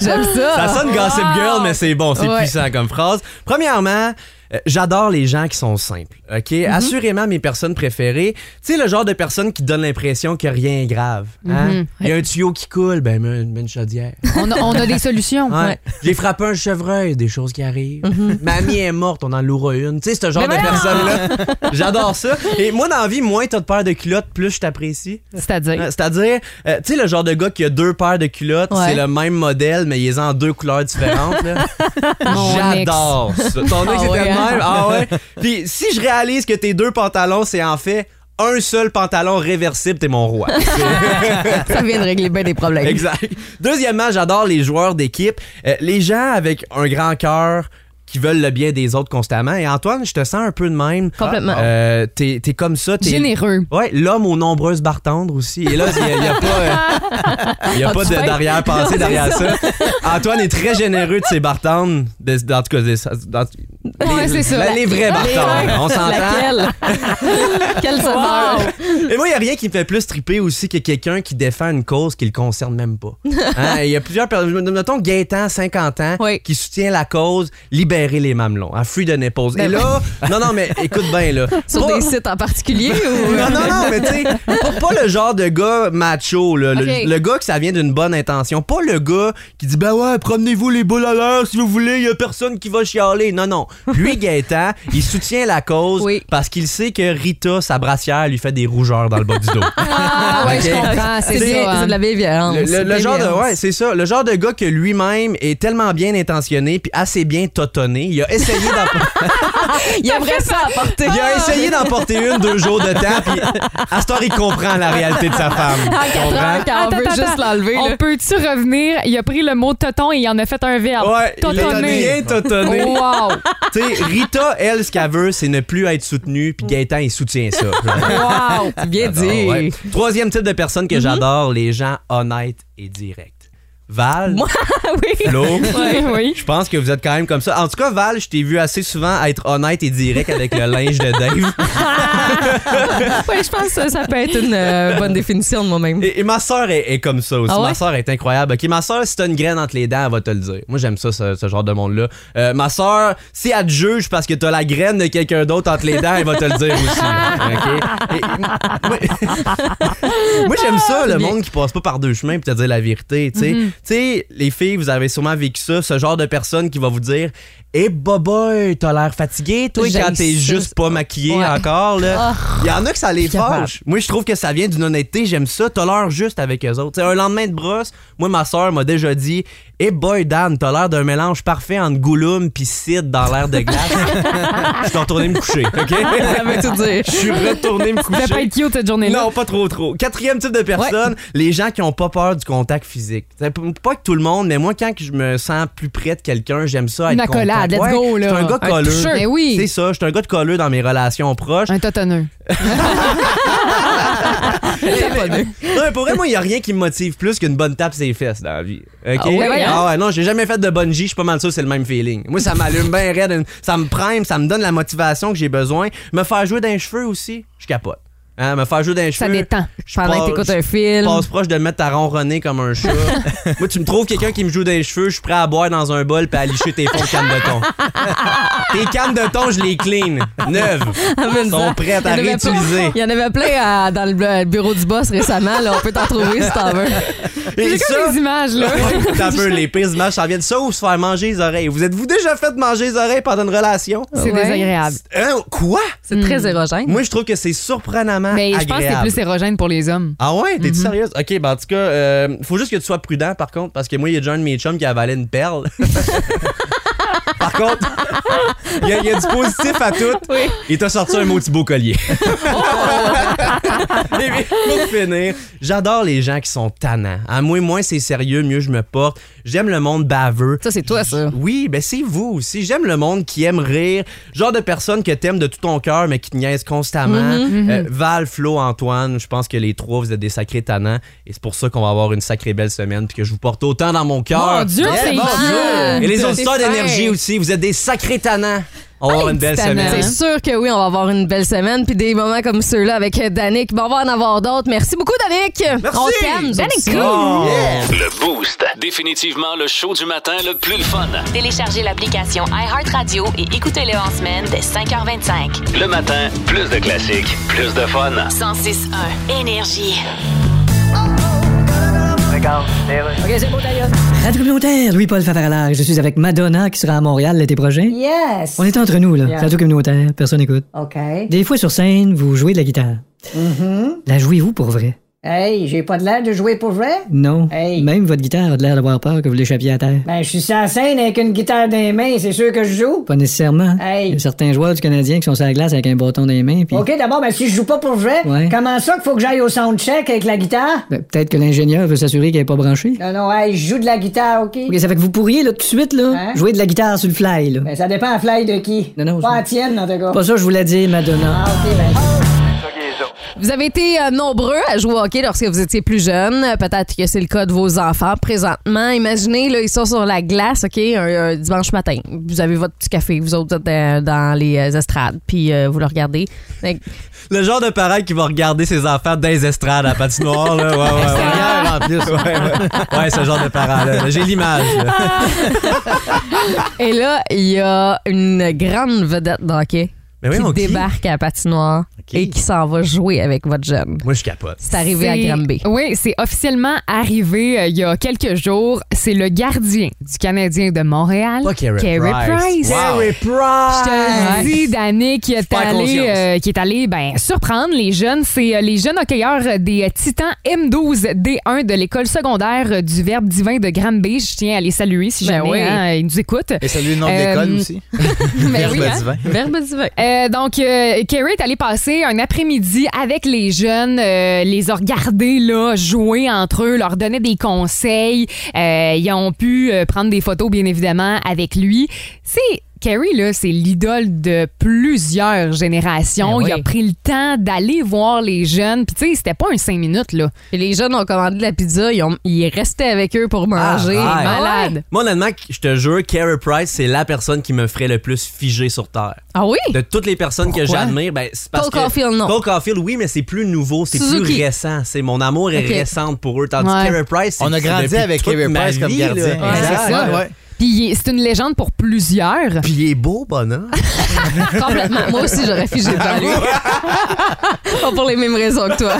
Speaker 5: J'aime ça.
Speaker 7: Ça sonne Gossip Girl, mais c'est bon, c'est
Speaker 5: Ouais.
Speaker 7: puissant comme phrase. Premièrement, euh, J'adore les gens qui sont simples, OK? Assurément, mes personnes préférées, tu sais, le genre de personnes qui donnent l'impression que rien est grave. hein? Il y a un tuyau qui coule, ben, mets une- mets une chaudière.
Speaker 6: On a, on a des solutions.
Speaker 7: Ouais. J'ai frappé un chevreuil, des choses qui arrivent. Mamie est morte, on en louera une. Tu sais, ce genre de personne-là. J'adore ça. Et moi, dans la vie, moins t'as de paires de culottes, plus je t'apprécie.
Speaker 6: C'est-à-dire.
Speaker 7: Euh, C'est-à-dire, euh, tu sais, le genre de gars qui a deux paires de culottes,
Speaker 5: Ouais.
Speaker 7: c'est le même modèle, mais ils ont en deux couleurs différentes. là.
Speaker 6: Mon
Speaker 7: J'adore ça. Ton
Speaker 5: Ah
Speaker 7: ex était
Speaker 5: ouais,
Speaker 7: le
Speaker 5: hein?
Speaker 7: même. Ah ouais. Puis si je réalise que tes deux pantalons, c'est en fait un seul pantalon réversible, t'es mon roi.
Speaker 5: Ça vient de régler bien des problèmes.
Speaker 7: Exact. Deuxièmement, j'adore les joueurs d'équipe, Euh, les gens avec un grand cœur qui veulent le bien des autres constamment. Et Antoine, je te sens un peu de même.
Speaker 5: Complètement.
Speaker 7: Euh, t'es, t'es comme ça. T'es...
Speaker 6: Généreux.
Speaker 7: Ouais, l'homme aux nombreuses bartendres aussi. Et là, il n'y a, il y a pas, euh, il y a pas de, d'arrière-pensée derrière ça. Antoine est très généreux de ses bartendres. De, de- en tout cas, des- dans-
Speaker 6: Ouais, c'est ça.
Speaker 7: la- les vrais bartendres. On s'entend.
Speaker 5: Laquelle? Quelle saveur?
Speaker 7: Et moi, il n'y a rien qui me fait plus triper aussi que quelqu'un qui défend une cause qui le concerne même pas. Hein, Il y a plusieurs personnes. Mettons Gaétan, 50 ans,
Speaker 5: Oui.
Speaker 7: qui soutient la cause Libérer les mamelons, à free de nipples. Et là, non, non, mais écoute bien, là.
Speaker 5: Ben Sur
Speaker 7: Pas-
Speaker 5: des sites en particulier ou...
Speaker 7: non, non, non, mais tu sais, pas, pas le genre de gars macho, là, le-
Speaker 5: Ok.
Speaker 7: le, gars que ça vient d'une bonne intention. Pas le gars qui dit, ben ouais, promenez-vous les boules à l'heure si vous voulez, y a personne qui va chialer. Non, non. Lui, Gaëtan, il soutient la cause
Speaker 5: Oui.
Speaker 7: parce qu'il sait que Rita, sa brassière, lui fait des rougeurs dans le bas du dos.
Speaker 6: Ah ouais, je
Speaker 7: Ok.
Speaker 6: comprends. C'est
Speaker 5: C'est bien-
Speaker 6: ça. hein.
Speaker 5: c'est de la vieille violence.
Speaker 7: Le, le- le
Speaker 5: Vieille
Speaker 7: genre de
Speaker 5: violence.
Speaker 7: ouais, c'est ça, le genre de gars que lui-même est tellement bien intentionné puis assez bien totonné, il a essayé d'en
Speaker 5: Il y a vrai ça à porter.
Speaker 7: il a essayé d'en porter une deux jours de temps puis Astor il comprend la réalité de sa femme. Tu comprends?
Speaker 5: Quand on veut juste l'enlever, là.
Speaker 6: On peut-tu revenir? Il a pris le mot toton et il en a fait un verbe.
Speaker 7: Ouais, il a
Speaker 6: Totonner.
Speaker 7: bien totonné.
Speaker 6: Wow!
Speaker 7: Tu sais, Rita, elle, ce qu'elle veut, c'est ne plus être soutenue, puis Gaëtan, il soutient ça.
Speaker 5: Wow! Bien
Speaker 7: Ah,
Speaker 5: dit.
Speaker 7: ouais. Troisième type de personne que j'adore, les gens honnêtes et directs. Val,
Speaker 5: oui.
Speaker 7: Flo,
Speaker 6: Oui, oui.
Speaker 7: Je pense que vous êtes quand même comme ça. En tout cas, Val, je t'ai vu assez souvent être honnête et direct avec le linge de Dave.
Speaker 5: Ouais, je pense que ça, ça peut être une euh, bonne définition de moi-même.
Speaker 7: Et, et ma sœur est, est comme ça aussi.
Speaker 5: Mm. Ah ouais?
Speaker 7: Ma sœur est incroyable. Ok, ma sœur, si t'as une graine entre les dents, elle va te le dire. Moi, j'aime ça, ce, ce genre de monde-là. Euh, ma sœur, si elle te juge parce que t'as la graine de quelqu'un d'autre entre les dents, elle va te le dire aussi. Ok? Et- moi, moi, j'aime
Speaker 5: Ah,
Speaker 7: ça, le monde qui passe pas par deux chemins pour te dire la vérité. Tu sais,
Speaker 5: Mm-hmm.
Speaker 7: Tu sais, les filles, vous avez sûrement vécu ça, ce genre de personne qui va vous dire Eh, hey, boboy, t'as l'air fatigué, toi,
Speaker 5: J'ai
Speaker 7: quand t'es
Speaker 5: ça.
Speaker 7: juste pas maquillé
Speaker 5: Ouais. Ah.
Speaker 7: encore. Là. Il y en a que ça les
Speaker 5: Capable.
Speaker 7: fâche. Moi, je trouve que ça vient d'une honnêteté. J'aime ça. T'as l'heure juste avec eux autres. T'sais, un lendemain de brosse, moi, ma soeur m'a déjà dit Et boy, Dan, t'as l'air d'un mélange parfait entre Gouloum puis Sid dans l'air de glace. je suis retourné me coucher, OK?
Speaker 5: Ça veut tout dire.
Speaker 7: Je suis retourné me coucher.
Speaker 6: Ça pas être cute cette journée-là.
Speaker 7: Non, pas trop, trop. Quatrième type de personne, les gens qui ont pas peur du contact physique. C'est p- Pas que tout le monde, mais moi, quand que je me sens plus près de quelqu'un, j'aime ça être
Speaker 6: Une accolade,
Speaker 7: content. Ouais,
Speaker 6: let's go, là.
Speaker 7: Je suis un gars
Speaker 6: Un
Speaker 7: colleux.
Speaker 6: toucheux. Mais oui.
Speaker 7: C'est ça, je suis un gars de colleux dans mes relations proches.
Speaker 6: Un totonneux.
Speaker 7: non, mais pour vrai, moi, il n'y a rien qui me motive plus qu'une bonne tape sur les fesses dans la vie. OK?
Speaker 6: Ah ouais, hein?
Speaker 7: ouais, non, j'ai jamais fait de bungee, je suis pas mal sûr, que c'est le même feeling. Moi, ça m'allume bien raide, une- ça me prime, ça me donne la motivation que j'ai besoin. Me faire jouer d'un cheveu aussi, je capote. Hein, me faire jouer d'un cheveu.
Speaker 5: Ça détend.
Speaker 7: je
Speaker 5: Pendant
Speaker 7: passe-
Speaker 5: que t'écoutes un
Speaker 7: je
Speaker 5: film.
Speaker 7: passe proche de me mettre à ronronner comme un chat. Moi, tu me trouves quelqu'un qui me joue des cheveux, je suis prêt à boire dans un bol puis à licher tes fonds de canne de thon. tes cannes de thon, je les clean. Neuves. Elles sont prêtes à
Speaker 5: Ah, Il y en avait plein-
Speaker 7: réutiliser.
Speaker 5: Il y en avait plein à- dans le bu- bureau du boss récemment. Là, on peut t'en trouver si t'en veux.
Speaker 7: Et
Speaker 6: J'ai
Speaker 7: ça,
Speaker 6: comme des images, là.
Speaker 7: Ouais, T'as un peu les pires images, ça vient de ça ou se faire manger les oreilles. Vous êtes-vous déjà fait manger les oreilles pendant une relation?
Speaker 6: C'est
Speaker 5: Ouais.
Speaker 6: désagréable.
Speaker 7: Hein, quoi?
Speaker 5: C'est très érogène.
Speaker 7: Moi, je trouve que c'est surprenamment
Speaker 6: Mais Ben, je pense que c'est
Speaker 7: agréable.
Speaker 6: plus érogène pour les
Speaker 5: Mm.
Speaker 6: hommes.
Speaker 7: ah ouais?
Speaker 5: Mm-hmm.
Speaker 7: T'es-tu sérieuse? Ok, ben en tout cas, euh, faut juste que tu sois prudent par contre, parce que moi, il y a déjà un de mes chums qui avalait une perle. par contre, il y, a- il y a du positif à tout. Il t'a sorti un mot beau collier. Et puis, pour finir, j'adore les gens qui sont tannants. À moi, moins c'est sérieux, mieux je me porte. J'aime le monde baveux.
Speaker 5: Ça, c'est toi, ça.
Speaker 7: Oui, ben c'est vous aussi. J'aime le monde qui aime rire. Genre de personne que t'aimes de tout ton cœur, mais qui te niaise constamment. Euh, Val, Flo, Antoine, je pense que les trois, vous êtes des sacrés tannants. Et c'est pour ça qu'on va avoir une sacrée belle semaine. Puis que je vous porte autant dans mon cœur.
Speaker 6: Mon Dieu,
Speaker 7: Eh,
Speaker 6: c'est
Speaker 7: mon
Speaker 6: cute.
Speaker 7: Dieu. Et les
Speaker 6: C'est
Speaker 7: auditeurs
Speaker 6: fin.
Speaker 7: d'énergie aussi, vous êtes des sacrés tannants. On va avoir une belle
Speaker 6: tannant.
Speaker 7: semaine.
Speaker 5: C'est sûr que oui, on va avoir une belle semaine. Puis des moments comme ceux-là avec Danick. Ben, on va en avoir d'autres. Merci beaucoup, Danick.
Speaker 7: Merci.
Speaker 5: On t'aime. Danick, cool.
Speaker 7: Oh.
Speaker 2: Le Boost. Définitivement le show du matin le plus le fun.
Speaker 1: Téléchargez l'application iHeartRadio et écoutez-le en semaine dès 5h25.
Speaker 2: Le matin, plus de classiques, plus de fun.
Speaker 1: 106.1 Énergie.
Speaker 8: Radio communautaire, Louis-Paul Favaralard. Je suis avec Madonna qui sera à Montréal l'été prochain.
Speaker 9: Yes.
Speaker 8: On est entre nous, là.
Speaker 9: Yeah.
Speaker 8: Radio communautaire, personne n'écoute.
Speaker 9: OK.
Speaker 8: Des fois sur scène, vous jouez de la guitare.
Speaker 9: Mm-hmm.
Speaker 8: La jouez-vous pour vrai?
Speaker 9: Hey, j'ai pas de l'air de jouer pour vrai?
Speaker 8: Non.
Speaker 9: Hey.
Speaker 8: Même votre guitare a de l'air d'avoir peur que vous l'échappiez à terre.
Speaker 9: Ben, je suis sur la scène avec une guitare dans les mains, c'est sûr que je joue.
Speaker 8: Pas nécessairement.
Speaker 9: Hey.
Speaker 8: Il y a certains joueurs du Canadien qui sont sur la glace avec un bâton dans les mains. Puis...
Speaker 9: OK, d'abord, ben, si je joue pas pour vrai,
Speaker 8: Ouais.
Speaker 9: comment ça qu'il faut que j'aille au soundcheck avec la guitare?
Speaker 8: Ben, Peut-être que l'ingénieur veut s'assurer qu'elle n'est pas branchée.
Speaker 9: Non, non, hey, je joue de la guitare, OK?
Speaker 8: Ok, ça fait que vous pourriez, là, tout de suite, là,
Speaker 9: Hein?
Speaker 8: jouer de la guitare sur le fly, là.
Speaker 9: Ben, ça dépend à fly de qui.
Speaker 8: Non, non,
Speaker 9: pas
Speaker 8: je-
Speaker 9: à tienne, en tout cas.
Speaker 8: Pas ça, je voulais dire, Madonna.
Speaker 9: Ah, OK, ben.
Speaker 5: Vous avez été euh, nombreux à jouer au hockey lorsque vous étiez plus jeune. Euh, Peut-être que c'est le cas de vos enfants présentement. Imaginez, là, ils sont sur la glace, OK, un, un dimanche matin. Vous avez votre petit café, vous autres vous êtes euh, dans les euh, estrades, puis euh, vous le regardez. Fait que-
Speaker 7: Le genre de parent qui va regarder ses enfants dans les estrades à la patinoire, là. Ouais, ouais, ouais.
Speaker 10: Hier, en plus.
Speaker 7: Ouais, ouais. Ouais, ce genre de parent-là. J'ai l'image. là.
Speaker 5: Et là, il y a une grande vedette de hockey
Speaker 7: Mais
Speaker 5: qui
Speaker 7: voyons, qui?
Speaker 5: débarque à la patinoire et qui s'en va jouer avec votre jeune.
Speaker 7: Moi, je capote.
Speaker 5: C'est arrivé à
Speaker 6: C'est-
Speaker 5: Granby.
Speaker 6: Oui, c'est officiellement arrivé euh, il y a quelques jours. C'est le gardien du Canadien de Montréal,
Speaker 7: Pas Carey Price.
Speaker 6: Price.
Speaker 7: Carey
Speaker 6: Je te le
Speaker 7: Price!
Speaker 6: dis, Danny, qui est
Speaker 7: Faire
Speaker 6: allé,
Speaker 7: conscience.
Speaker 6: euh, qui est allé ben, surprendre les jeunes. C'est euh, les jeunes hockeyeurs euh, des euh, Titans M12D1 de l'école secondaire euh, du Verbe divin de Granby. Je tiens à les saluer si
Speaker 5: Ben
Speaker 6: jamais
Speaker 5: oui.
Speaker 6: hein, ils nous écoutent.
Speaker 10: Et salut le nom de
Speaker 6: Euh,
Speaker 10: l'école aussi.
Speaker 6: Mais
Speaker 10: Verbe
Speaker 6: oui, hein.
Speaker 10: divin.
Speaker 5: Verbe divin.
Speaker 6: Euh, donc, euh, Kerry est allé passer un après-midi avec les jeunes, euh, les a regardés là, jouer entre eux, leur donner des conseils. Euh, ils ont pu euh, prendre des photos, bien évidemment, avec lui. C'est Kerry, là, c'est l'idole de plusieurs générations.
Speaker 5: Ben oui.
Speaker 6: Il a pris le temps d'aller voir les jeunes. Puis, tu sais, c'était pas un cinq minutes, là.
Speaker 5: Et les jeunes ont commandé de la pizza, ils, ont, ils restaient avec eux pour manger.
Speaker 7: Ah, ouais.
Speaker 5: Malade.
Speaker 7: Moi, honnêtement, je te jure, Carey Price, c'est la personne qui me ferait le plus figer sur Terre.
Speaker 5: Ah oui?
Speaker 7: De toutes les personnes que j'admire, ben, c'est parce
Speaker 5: Paul
Speaker 7: que...
Speaker 5: Caulfield, non.
Speaker 7: Paul Caulfield, oui, mais c'est plus nouveau, c'est plus
Speaker 5: Suzuki.
Speaker 7: récent. C'est Mon amour est
Speaker 5: Ok.
Speaker 7: récent pour eux. Tandis
Speaker 6: Ouais.
Speaker 7: que Carey Price, c'est-
Speaker 10: On a
Speaker 7: c'est
Speaker 10: grandi
Speaker 7: depuis
Speaker 10: avec
Speaker 7: toute
Speaker 10: Carey
Speaker 7: ma
Speaker 10: Price comme
Speaker 7: vie, là.
Speaker 10: gardien.
Speaker 7: Exact.
Speaker 10: Exact. Ouais.
Speaker 6: Puis c'est une légende pour plusieurs.
Speaker 7: Puis il est beau, bonhomme.
Speaker 5: Complètement. Moi aussi, j'aurais figé devant lui. Pas pour les mêmes raisons que toi.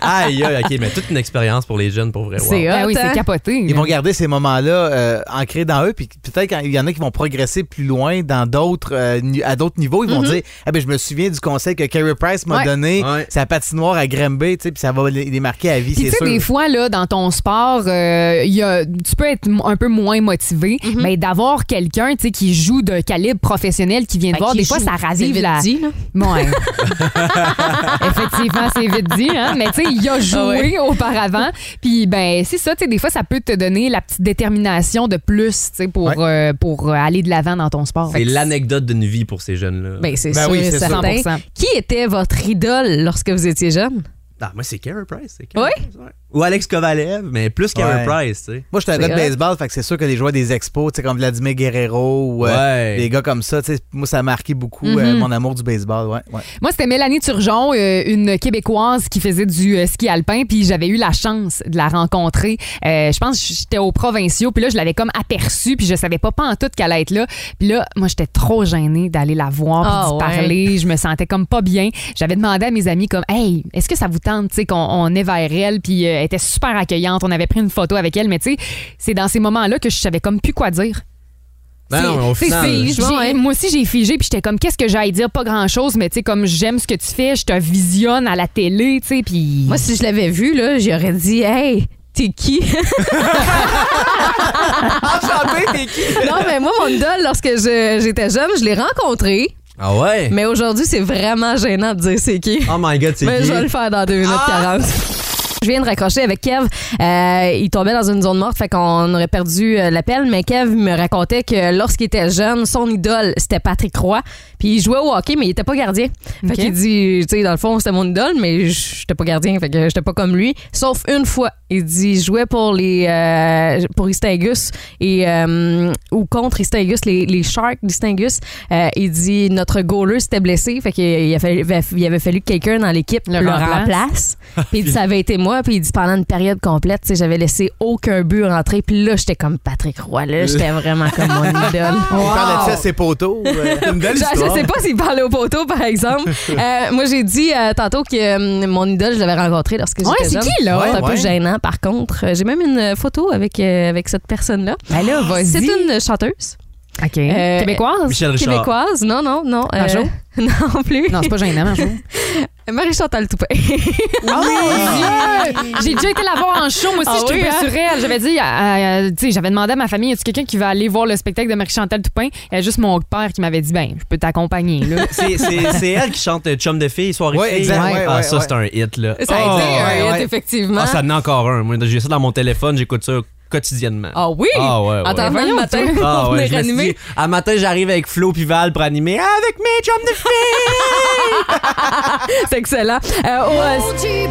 Speaker 7: aïe, aïe, ok, mais toute une expérience pour les jeunes, pour vrai. wow.
Speaker 5: C'est
Speaker 6: Ben
Speaker 5: hot,
Speaker 6: oui, c'est
Speaker 5: hein?
Speaker 6: capoté.
Speaker 10: Ils vont garder ces moments-là euh, ancrés dans eux, puis peut-être qu'il y en a qui vont progresser plus loin dans d'autres euh, ni- à d'autres niveaux. Ils vont dire Ah ben je me souviens du conseil que Carey Price m'a
Speaker 5: Ouais.
Speaker 10: donné,
Speaker 7: Ouais.
Speaker 10: sa patinoire à Grimby, tu sais, puis ça va les, les marquer à vie,
Speaker 6: Puis tu
Speaker 10: c'est
Speaker 6: sais,
Speaker 10: sûr.
Speaker 6: des fois, là, dans ton sport, euh, il y a- tu peux être m- un peu moins motivé,
Speaker 5: Mhm.
Speaker 6: mais d'avoir quelqu'un tu sais, qui joue de calibre professionnel, qui vient te
Speaker 5: Ben,
Speaker 6: voir,
Speaker 5: qui
Speaker 6: des fois,
Speaker 5: joue,
Speaker 6: ça ravive
Speaker 5: c'est
Speaker 6: la...
Speaker 5: vite dit, là.
Speaker 6: Ouais. Effectivement, c'est vite dit, hein? mais tu sais, il a joué
Speaker 5: Ah ouais.
Speaker 6: auparavant. Puis ben, c'est ça, tu sais, des fois, ça peut te donner la petite détermination de plus, tu sais, pour, euh, pour euh, aller de l'avant dans ton sport.
Speaker 7: C'est l'anecdote d'une vie pour ces jeunes-là.
Speaker 5: Ben, c'est
Speaker 10: Ben
Speaker 5: sûr
Speaker 10: oui,
Speaker 5: et
Speaker 10: c'est sûr.
Speaker 5: certain.
Speaker 6: 100%.
Speaker 5: Qui était votre idole lorsque vous étiez jeune?
Speaker 7: Ah, moi, c'est Carey Price. c'est Carey Price, ouais. Ou Alex Kovalev, mais plus Carey
Speaker 10: Ouais.
Speaker 7: Price, tu sais.
Speaker 10: Moi, je suis un gars de
Speaker 5: vrai.
Speaker 10: baseball, fait que c'est sûr que les joueurs des expos, tu sais, comme Vladimir Guerrero ou euh,
Speaker 7: Ouais.
Speaker 10: des gars comme ça, tu sais, moi, ça a marqué beaucoup euh,
Speaker 5: Mm-hmm.
Speaker 10: mon amour du baseball. Ouais, ouais.
Speaker 6: Moi, c'était Mélanie Turgeon, euh, une Québécoise qui faisait du euh, ski alpin, puis j'avais eu la chance de la rencontrer. Euh, je pense que j'étais aux provinciaux, puis là, je l'avais comme aperçue, puis je savais pas en tout qu'elle allait être là. Puis là, moi, j'étais trop gênée d'aller la voir, puis
Speaker 5: Ah,
Speaker 6: d'y
Speaker 5: ouais.
Speaker 6: parler. Je me sentais comme pas bien. J'avais demandé à mes amis comme, « Hey, est-ce que ça vous tente, tu sais, qu'on on est vers elle? » Puis euh, elle était super accueillante. On avait pris une photo avec elle, mais tu sais, c'est dans ces moments-là que je savais comme plus quoi dire.
Speaker 7: Ben
Speaker 6: C'est-
Speaker 7: non, au
Speaker 6: c'est
Speaker 7: final,
Speaker 6: figé.
Speaker 5: je vois,
Speaker 6: J'ai-
Speaker 5: hein.
Speaker 6: Moi aussi, j'ai figé, puis j'étais comme, qu'est-ce que j'allais dire? Pas grand-chose, mais tu sais, comme j'aime ce que tu fais, je te visionne à la télé, tu sais, puis.
Speaker 5: Moi, si je l'avais vu, là, j'aurais dit, hey, t'es qui?
Speaker 10: Enchanté, t'es qui?
Speaker 5: non, mais moi, mon idole, lorsque je- j'étais jeune, je l'ai rencontré.
Speaker 7: Ah ouais?
Speaker 5: Mais aujourd'hui, c'est vraiment gênant de dire c'est qui.
Speaker 7: Oh my god, c'est
Speaker 5: Mais
Speaker 7: qui? Ah!
Speaker 5: je vais le faire dans 2 minutes 40. Je viens de raccrocher avec Kev. Euh, il tombait dans une zone morte, fait qu'on aurait perdu euh, l'appel. Mais Kev me racontait que lorsqu'il était jeune, son idole, c'était Patrick Roy. Puis il jouait au hockey, mais il était pas gardien. Fait
Speaker 6: Ok.
Speaker 5: qu'il dit, tu sais, dans le fond, c'était mon idole, mais j'étais pas gardien, fait que j'étais pas comme lui. Sauf une fois, il dit, je jouais pour les, euh, pour Istingus et euh, ou contre Istingus, les, les Sharks d'Istingus. Euh, il dit, notre goaler s'était blessé, fait qu'il il a fallu- il avait, fallu que quelqu'un dans l'équipe
Speaker 6: Le
Speaker 5: le,
Speaker 6: remplace.
Speaker 5: remplace. Puis il dit, ça avait été moi, puis il dit, pendant une période complète, tu sais, j'avais laissé aucun but rentrer, puis là, j'étais comme Patrick Roy, là, j'étais vraiment comme mon idole.
Speaker 10: Il parlait de ça à ses poteaux. euh, une belle
Speaker 5: Je- Je,
Speaker 10: histoire.
Speaker 5: sais pas s'il parlait au poteau, par exemple. Euh, moi, j'ai dit euh, tantôt que euh, mon idole, je l'avais rencontré lorsque j'étais
Speaker 6: Ouais, c'est
Speaker 5: jeune.
Speaker 6: qui, là?
Speaker 5: C'est un
Speaker 10: Ouais, ouais.
Speaker 5: peu gênant, par contre. Euh, J'ai même une euh, photo avec, euh, avec cette personne-là.
Speaker 6: Ben là, vas-y.
Speaker 5: Ah, C'est une chanteuse.
Speaker 6: OK.
Speaker 5: Euh,
Speaker 6: Québécoise?
Speaker 7: Michel Richard.
Speaker 5: Québécoise. Non, non, non. euh,
Speaker 6: Marjo?
Speaker 5: non plus.
Speaker 6: Non, c'est pas gênant, Marjo.
Speaker 5: Marie-Chantal Toupin.
Speaker 6: J'ai déjà été la voir en show, moi aussi,
Speaker 5: Oh, Ah
Speaker 6: j'étais
Speaker 5: oui,
Speaker 6: un peu
Speaker 5: hein?
Speaker 6: sur elle. J'avais dit, euh, euh, tu sais, j'avais demandé à ma famille, y a-tu quelqu'un qui va aller voir le spectacle de Marie-Chantal Toupin? Il y a juste mon père qui m'avait dit, ben, je peux t'accompagner, là.
Speaker 7: C'est- C'est c'est elle qui chante euh, Chum de filles, Soirée
Speaker 10: Ouais,
Speaker 7: filles.
Speaker 10: exact, ouais,
Speaker 7: ah,
Speaker 10: ouais,
Speaker 7: ça,
Speaker 10: ouais.
Speaker 7: c'est un hit, là.
Speaker 5: Ça a
Speaker 7: Oh,
Speaker 5: été un
Speaker 7: ouais,
Speaker 5: hit,
Speaker 7: ouais.
Speaker 5: effectivement.
Speaker 7: Ah, ça en a encore un. Moi, j'ai ça dans mon téléphone, j'écoute ça quotidiennement.
Speaker 5: Ah oui?
Speaker 7: Ah ouais, ouais.
Speaker 5: Attends,
Speaker 6: Voyons,
Speaker 5: le matin,
Speaker 6: toi.
Speaker 7: Ah
Speaker 5: on
Speaker 7: ouais,
Speaker 5: est
Speaker 7: je me suis
Speaker 5: ranimé.
Speaker 7: dit, à matin, j'arrive avec Flo puis Val pour animer avec mes chums de filles.
Speaker 5: C'est excellent. Euh, au, euh, oh yeah!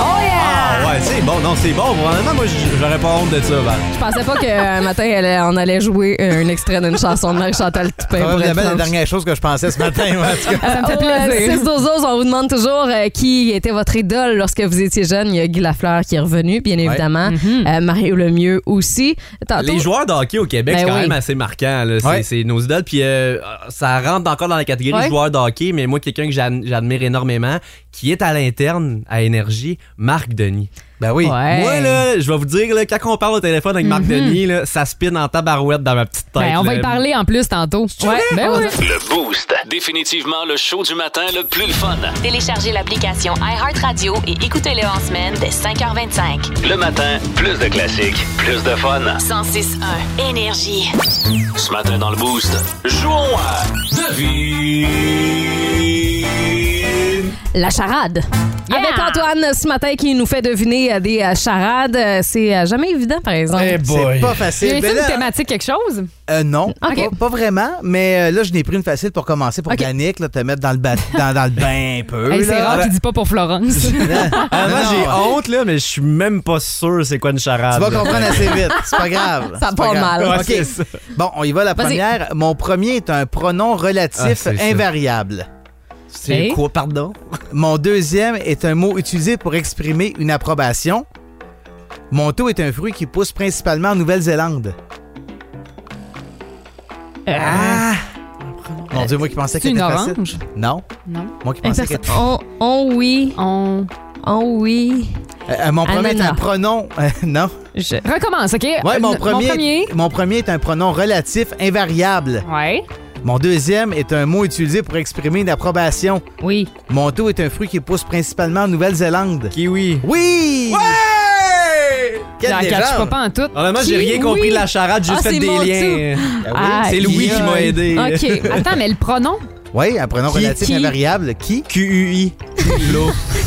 Speaker 7: ah ouais, c'est bon, non, c'est bon. Vraiment, moi, j- j'aurais pas honte de ça, Val.
Speaker 5: Je pensais pas qu'un matin, elle- on allait jouer euh, un extrait d'une chanson de Marie-Chantal Toupin. Ben, pour être
Speaker 10: Probablement la
Speaker 5: franche.
Speaker 10: dernière chose que je pensais ce matin. en tout cas.
Speaker 5: Ah Ça me fait plaisir. 6 on vous demande toujours euh, qui était votre idole lorsque vous étiez jeune. Il y a Guy Lafleur qui est revenu, bien évidemment. Euh, Mario Lemieux aussi. Tantôt-
Speaker 7: Les joueurs de hockey au Québec,
Speaker 5: Ben
Speaker 7: c'est quand
Speaker 5: oui.
Speaker 7: même assez marquant. là. C'est
Speaker 10: Ouais.
Speaker 7: c'est nos idoles. Puis euh, ça rentre encore dans la catégorie
Speaker 5: Ouais.
Speaker 7: joueurs de hockey, mais moi, quelqu'un que j'ad- j'admire énormément, qui est à l'interne, à Énergie, Marc Denis.
Speaker 10: Ben oui.
Speaker 6: Ouais.
Speaker 7: Moi, là, je vais vous dire, là, quand on parle au téléphone avec Marc Denis, là, ça spin en tabarouette dans ma petite tête.
Speaker 6: Ben, on va
Speaker 7: là.
Speaker 6: y parler en plus tantôt. Ouais, ben oui.
Speaker 2: Le Boost. Définitivement le show du matin le plus le fun.
Speaker 1: Téléchargez l'application iHeartRadio et écoutez-le en semaine dès 5h25.
Speaker 2: Le matin, plus de classiques, plus de fun.
Speaker 1: 106.1 Énergie.
Speaker 2: Ce matin dans le Boost, jouons à Devine.
Speaker 5: La charade.
Speaker 6: Yeah!
Speaker 5: Avec Antoine ce matin qui nous fait deviner euh, des euh, charades. Euh, C'est euh, jamais évident, par exemple.
Speaker 10: C'est pas
Speaker 6: Y
Speaker 10: facile.
Speaker 6: a-t-il
Speaker 10: Eh Ben
Speaker 6: une
Speaker 10: là,
Speaker 6: thématique, quelque chose?
Speaker 10: euh, non,
Speaker 5: Ok.
Speaker 10: pas, pas vraiment, mais euh, là, je n'ai pris une facile pour commencer, pour
Speaker 5: Ok.
Speaker 10: Yannick, là, te mettre dans le, ba- dans, dans le bain un peu.
Speaker 6: Hey,
Speaker 10: là.
Speaker 6: c'est rare qu'il dit pas pour Florence.
Speaker 7: Ah, moi,
Speaker 10: Non,
Speaker 7: j'ai
Speaker 10: non.
Speaker 7: honte, là, mais je suis même pas sûr c'est quoi une charade.
Speaker 10: Tu vas
Speaker 7: là.
Speaker 10: comprendre assez vite, c'est pas grave.
Speaker 5: Ça
Speaker 10: c'est
Speaker 5: part
Speaker 10: grave.
Speaker 7: Ah,
Speaker 5: mal.
Speaker 7: ben. Ouais,
Speaker 10: Ok.
Speaker 7: c'est ça.
Speaker 10: Bon, on y va la
Speaker 5: Vas-y.
Speaker 10: première. Mon premier est un pronom
Speaker 7: Ah,
Speaker 10: relatif
Speaker 7: c'est ça.
Speaker 10: invariable.
Speaker 7: C'est
Speaker 6: Ok.
Speaker 7: quoi, pardon?
Speaker 10: Mon deuxième est un mot utilisé pour exprimer une approbation. Monto est un fruit qui pousse principalement en Nouvelle-Zélande. Ah! Mon Dieu, moi qui pensais que
Speaker 6: Euh, C'est une
Speaker 10: c'était facile.
Speaker 6: orange?
Speaker 10: Non.
Speaker 6: Non.
Speaker 10: Moi qui pensais que...
Speaker 5: euh, On, on oui,
Speaker 6: On
Speaker 5: on oui.
Speaker 10: Euh, euh, mon premier est
Speaker 5: Ananas.
Speaker 10: un pronom... euh, non.
Speaker 6: recommence, OK?
Speaker 10: Ouais,
Speaker 6: Euh,
Speaker 10: mon
Speaker 6: n-
Speaker 10: premier, mon premier est un pronom relatif invariable.
Speaker 6: Ouais.
Speaker 10: Mon deuxième est un mot utilisé pour exprimer une approbation.
Speaker 6: Oui.
Speaker 10: Monto est un fruit qui pousse principalement en Nouvelle-Zélande.
Speaker 7: Kiwi.
Speaker 10: Oui!
Speaker 7: Hey!
Speaker 10: Quel Ah.
Speaker 6: J'en
Speaker 10: lézard!
Speaker 6: catch pas, pas en tout.
Speaker 7: Honnêtement, j'ai
Speaker 6: Qui-
Speaker 7: rien compris
Speaker 6: oui.
Speaker 7: de la charade, j'ai
Speaker 5: Ah,
Speaker 7: juste fait
Speaker 5: c'est
Speaker 7: des
Speaker 5: mon
Speaker 7: liens.
Speaker 6: Ah,
Speaker 7: C'est Louis qui m'a aidé.
Speaker 5: OK.
Speaker 6: Attends, mais le pronom?
Speaker 10: Oui, un pronom
Speaker 7: Qui-
Speaker 10: relatif
Speaker 7: qui-
Speaker 10: invariable. Qui?
Speaker 7: QUI.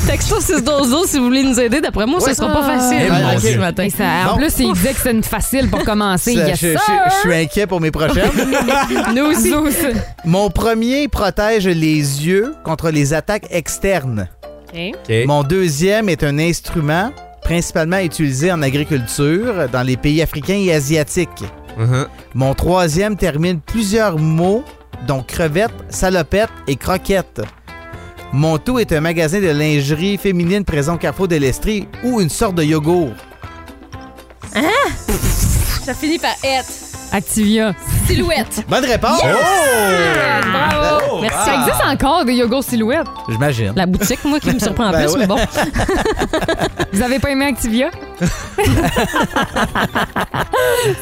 Speaker 5: Texto 612 si vous voulez nous aider. D'après moi, ce sera pas facile
Speaker 7: Eh,
Speaker 5: hein,
Speaker 7: mon
Speaker 5: ce
Speaker 7: Dieu.
Speaker 5: matin.
Speaker 6: Et ça, en
Speaker 10: Bon.
Speaker 6: plus, il disait que c'était une facile pour commencer.
Speaker 10: Ça,
Speaker 6: Yes,
Speaker 10: je,
Speaker 6: sir!
Speaker 10: je- je suis inquiet pour mes prochaines.
Speaker 5: Nous aussi.
Speaker 6: Nous aussi.
Speaker 10: Mon premier protège les yeux contre les attaques externes.
Speaker 7: OK.
Speaker 10: Mon deuxième est un instrument principalement utilisé en agriculture dans les pays africains et asiatiques.
Speaker 7: Mhm.
Speaker 10: Mon troisième termine plusieurs mots, dont crevette, salopette et croquette. Mon tout est un magasin de lingerie féminine présent au Carrefour de l'Estrie ou une sorte de yogourt.
Speaker 5: Ça finit par être
Speaker 6: Activia.
Speaker 5: silhouette.
Speaker 10: Bonne réponse!
Speaker 6: Bravo!
Speaker 5: Merci.
Speaker 6: Ça existe encore des yogos silhouettes.
Speaker 10: Oh! J'imagine.
Speaker 5: La boutique, moi, qui me surprend en
Speaker 10: Ben
Speaker 5: plus,
Speaker 10: ouais.
Speaker 5: mais bon.
Speaker 6: Vous avez pas aimé Activia? C'est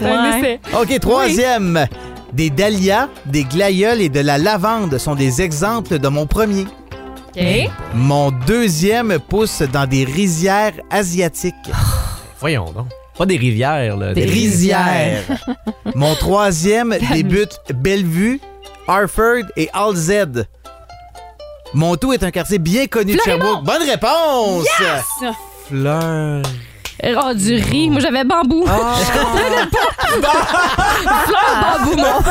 Speaker 6: un
Speaker 5: Ouais.
Speaker 6: essai.
Speaker 10: OK, troisième. Des dahlias, des glaïeuls et de la lavande sont des exemples de mon premier.
Speaker 6: OK.
Speaker 10: Mon deuxième pousse dans des rizières asiatiques.
Speaker 7: Voyons donc. Pas des rivières, là.
Speaker 5: Des
Speaker 10: Rizières. Mon troisième débute Bellevue, Harford et Alzed. Mon tout est un quartier bien connu de Sherbrooke. Bonne réponse!
Speaker 7: fleurs.
Speaker 5: Oh, du riz. Moi, j'avais bambou.
Speaker 10: Ah.
Speaker 6: Ah,
Speaker 5: Fleur
Speaker 10: Ben
Speaker 5: bambou, mon.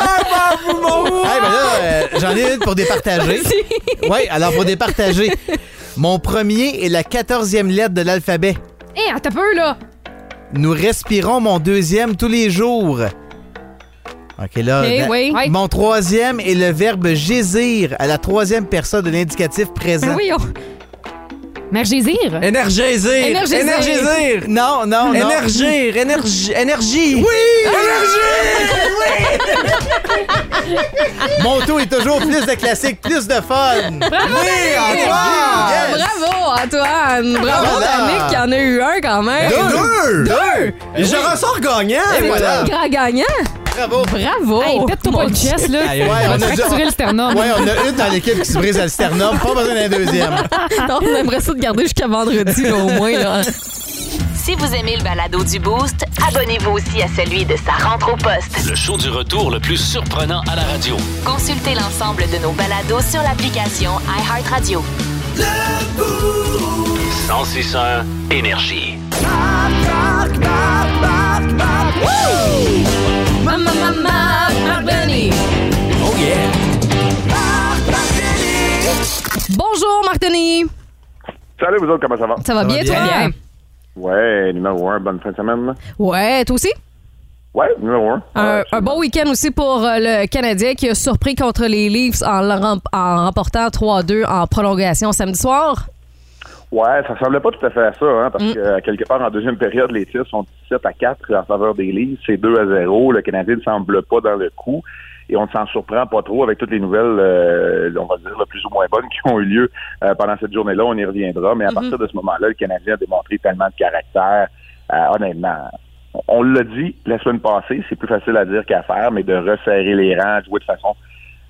Speaker 10: Hey, ben là, euh, j'en ai une pour départager. oui, alors pour départager. Mon premier est la quatorzième lettre de l'alphabet.
Speaker 6: Hé, Eh, attends un peu, là.
Speaker 10: Nous respirons mon deuxième tous les jours. OK, là. na-
Speaker 5: Ok, Eh oui.
Speaker 6: Oui.
Speaker 10: Mon troisième est le verbe gésir à la troisième personne de l'indicatif
Speaker 6: Ben
Speaker 10: présent.
Speaker 5: Oui, oh.
Speaker 6: Mère
Speaker 10: Eh,
Speaker 6: Gésir.
Speaker 7: Énergésir.
Speaker 5: Énergésir.
Speaker 7: Énergésir.
Speaker 10: Non, non, non.
Speaker 7: Énergir. Énergie. Énergie. Oui.
Speaker 10: Mon tout est toujours plus de classique, plus de fun.
Speaker 7: Oui.
Speaker 10: Yes.
Speaker 5: Bravo, Antoine.
Speaker 10: Ben
Speaker 5: Bravo,
Speaker 10: Voilà. Ben
Speaker 5: Danick, qu'il y en a eu un quand même.
Speaker 7: Deux. Deux. Et je ressors gagnant.
Speaker 10: Et voilà.
Speaker 5: Grand gagnant.
Speaker 10: Bravo.
Speaker 5: Bravo.
Speaker 10: oh,
Speaker 6: Hey, pète-toi pas le chest, là.
Speaker 7: Aïe,
Speaker 10: Ouais,
Speaker 7: aïe.
Speaker 10: on a déjà-
Speaker 6: Fracturer le sternum.
Speaker 10: Ouais, on a une dans l'équipe qui se brise à le sternum. Pas besoin d'un deuxième.
Speaker 5: Non, on aimerait ça de garder jusqu'à vendredi, là, au moins. Là.
Speaker 1: Si vous aimez le balado du Boost, abonnez-vous aussi à celui de sa rentre au poste.
Speaker 2: Le show du retour le plus surprenant à la radio.
Speaker 1: Consultez l'ensemble de nos balados sur l'application iHeartRadio.
Speaker 2: 1061 Énergie.
Speaker 5: Maman, maman, Benny.
Speaker 7: Oh yeah.
Speaker 5: Bonjour, Marc Denis.
Speaker 11: Salut, vous autres, comment ça va?
Speaker 5: Ça va bien, toi?
Speaker 6: bien.
Speaker 11: Ouais, numéro un, bonne fin de semaine.
Speaker 5: Ouais, toi aussi?
Speaker 11: Ouais, numéro un.
Speaker 5: Un,
Speaker 11: Ouais,
Speaker 5: un bon week-end aussi pour euh, le Canadien qui a surpris contre les Leafs en, le rem- en remportant 3-2 en prolongation samedi soir.
Speaker 11: Ouais, ça ressemblait pas tout à fait à ça, hein, parce que euh, quelque part en deuxième période, les tirs sont 17 à 4 en faveur des Leafs. C'est 2 à 0. Le Canadien ne semble pas dans le coup. Et on ne s'en surprend pas trop avec toutes les nouvelles, euh, on va dire, le plus ou moins bonnes qui ont eu lieu euh, pendant cette journée-là. On y reviendra. Mais à partir de ce moment-là, le Canadien a démontré tellement de caractère. Euh, honnêtement, on l'a dit la semaine passée, c'est plus facile à dire qu'à faire, mais de resserrer les rangs, jouer de façon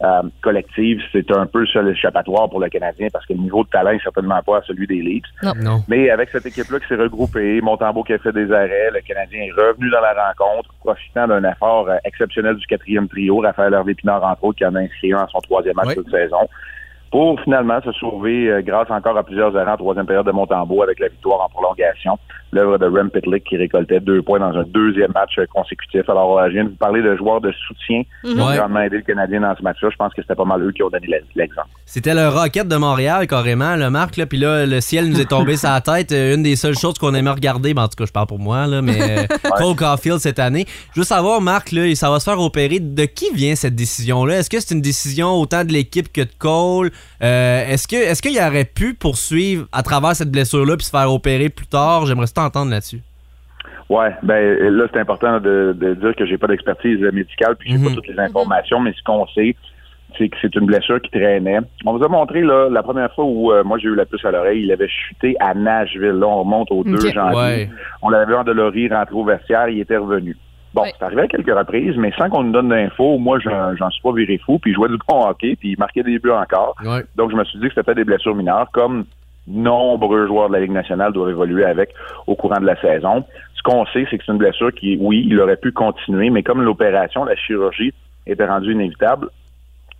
Speaker 11: euh, collective, c'est un peu seul échappatoire pour le Canadien parce que le niveau de talent est certainement pas à celui des Leafs.
Speaker 7: Non.
Speaker 11: Mais avec cette équipe-là qui s'est regroupée, Montembeau qui a fait des arrêts, le Canadien est revenu dans la rencontre, profitant d'un effort euh, exceptionnel du quatrième trio, Raphaël Hervé-Pinard, entre autres, qui en a inscrit un à son troisième match
Speaker 10: Oui.
Speaker 11: de saison, pour finalement se sauver euh, grâce encore à plusieurs arrêts en troisième période de Montembeau avec la victoire en prolongation. l'œuvre de Rem Pitlick qui récoltait deux points dans un deuxième match euh, consécutif. Alors, euh, je viens de vous parler de joueurs de soutien qui ont
Speaker 7: Ouais.
Speaker 11: grandement aidé le Canadien dans ce match-là. Je pense que c'était pas mal eux qui ont donné l'ex- l'exemple.
Speaker 7: C'était le Rocket de Montréal, carrément, le Marc. Là, puis là, le ciel nous est tombé sur la tête. Euh, Une des seules choses qu'on aimait regarder, ben, en tout cas, je parle pour moi, là, mais euh, Cole Caulfield cette année. Je veux savoir, Marc, là, ça va se faire opérer. De qui vient cette décision-là? Est-ce que c'est une décision autant de l'équipe que de Cole? Euh, est-ce, que, est-ce qu'il aurait pu poursuivre à travers cette blessure-là puis se faire opérer plus tard? J'aimerais ça t'entendre là-dessus.
Speaker 11: Ouais, ben là c'est important de, de dire que j'ai pas d'expertise médicale puis j'ai
Speaker 12: Mhm.
Speaker 11: pas toutes les informations, mais ce qu'on sait, c'est que c'est une blessure qui traînait. On vous a montré là, la première fois où euh, moi j'ai eu la puce à l'oreille, il avait chuté à Nashville. Là, on remonte au 2
Speaker 12: Ok.
Speaker 11: janvier.
Speaker 12: Ouais.
Speaker 11: On l'avait endolori, rentré au vestiaire, il était revenu. Bon, c'est arrivé à quelques reprises, mais sans qu'on nous donne d'infos, moi j'en j'en suis pas viré fou, puis je jouais du bon hockey, puis il marquait des buts encore. Donc je me suis dit que c'était des blessures mineures, comme nombreux joueurs de la Ligue nationale doivent évoluer avec au courant de la saison. Ce qu'on sait, c'est que c'est une blessure qui, oui, il aurait pu continuer, mais comme l'opération, la chirurgie était rendue inévitable,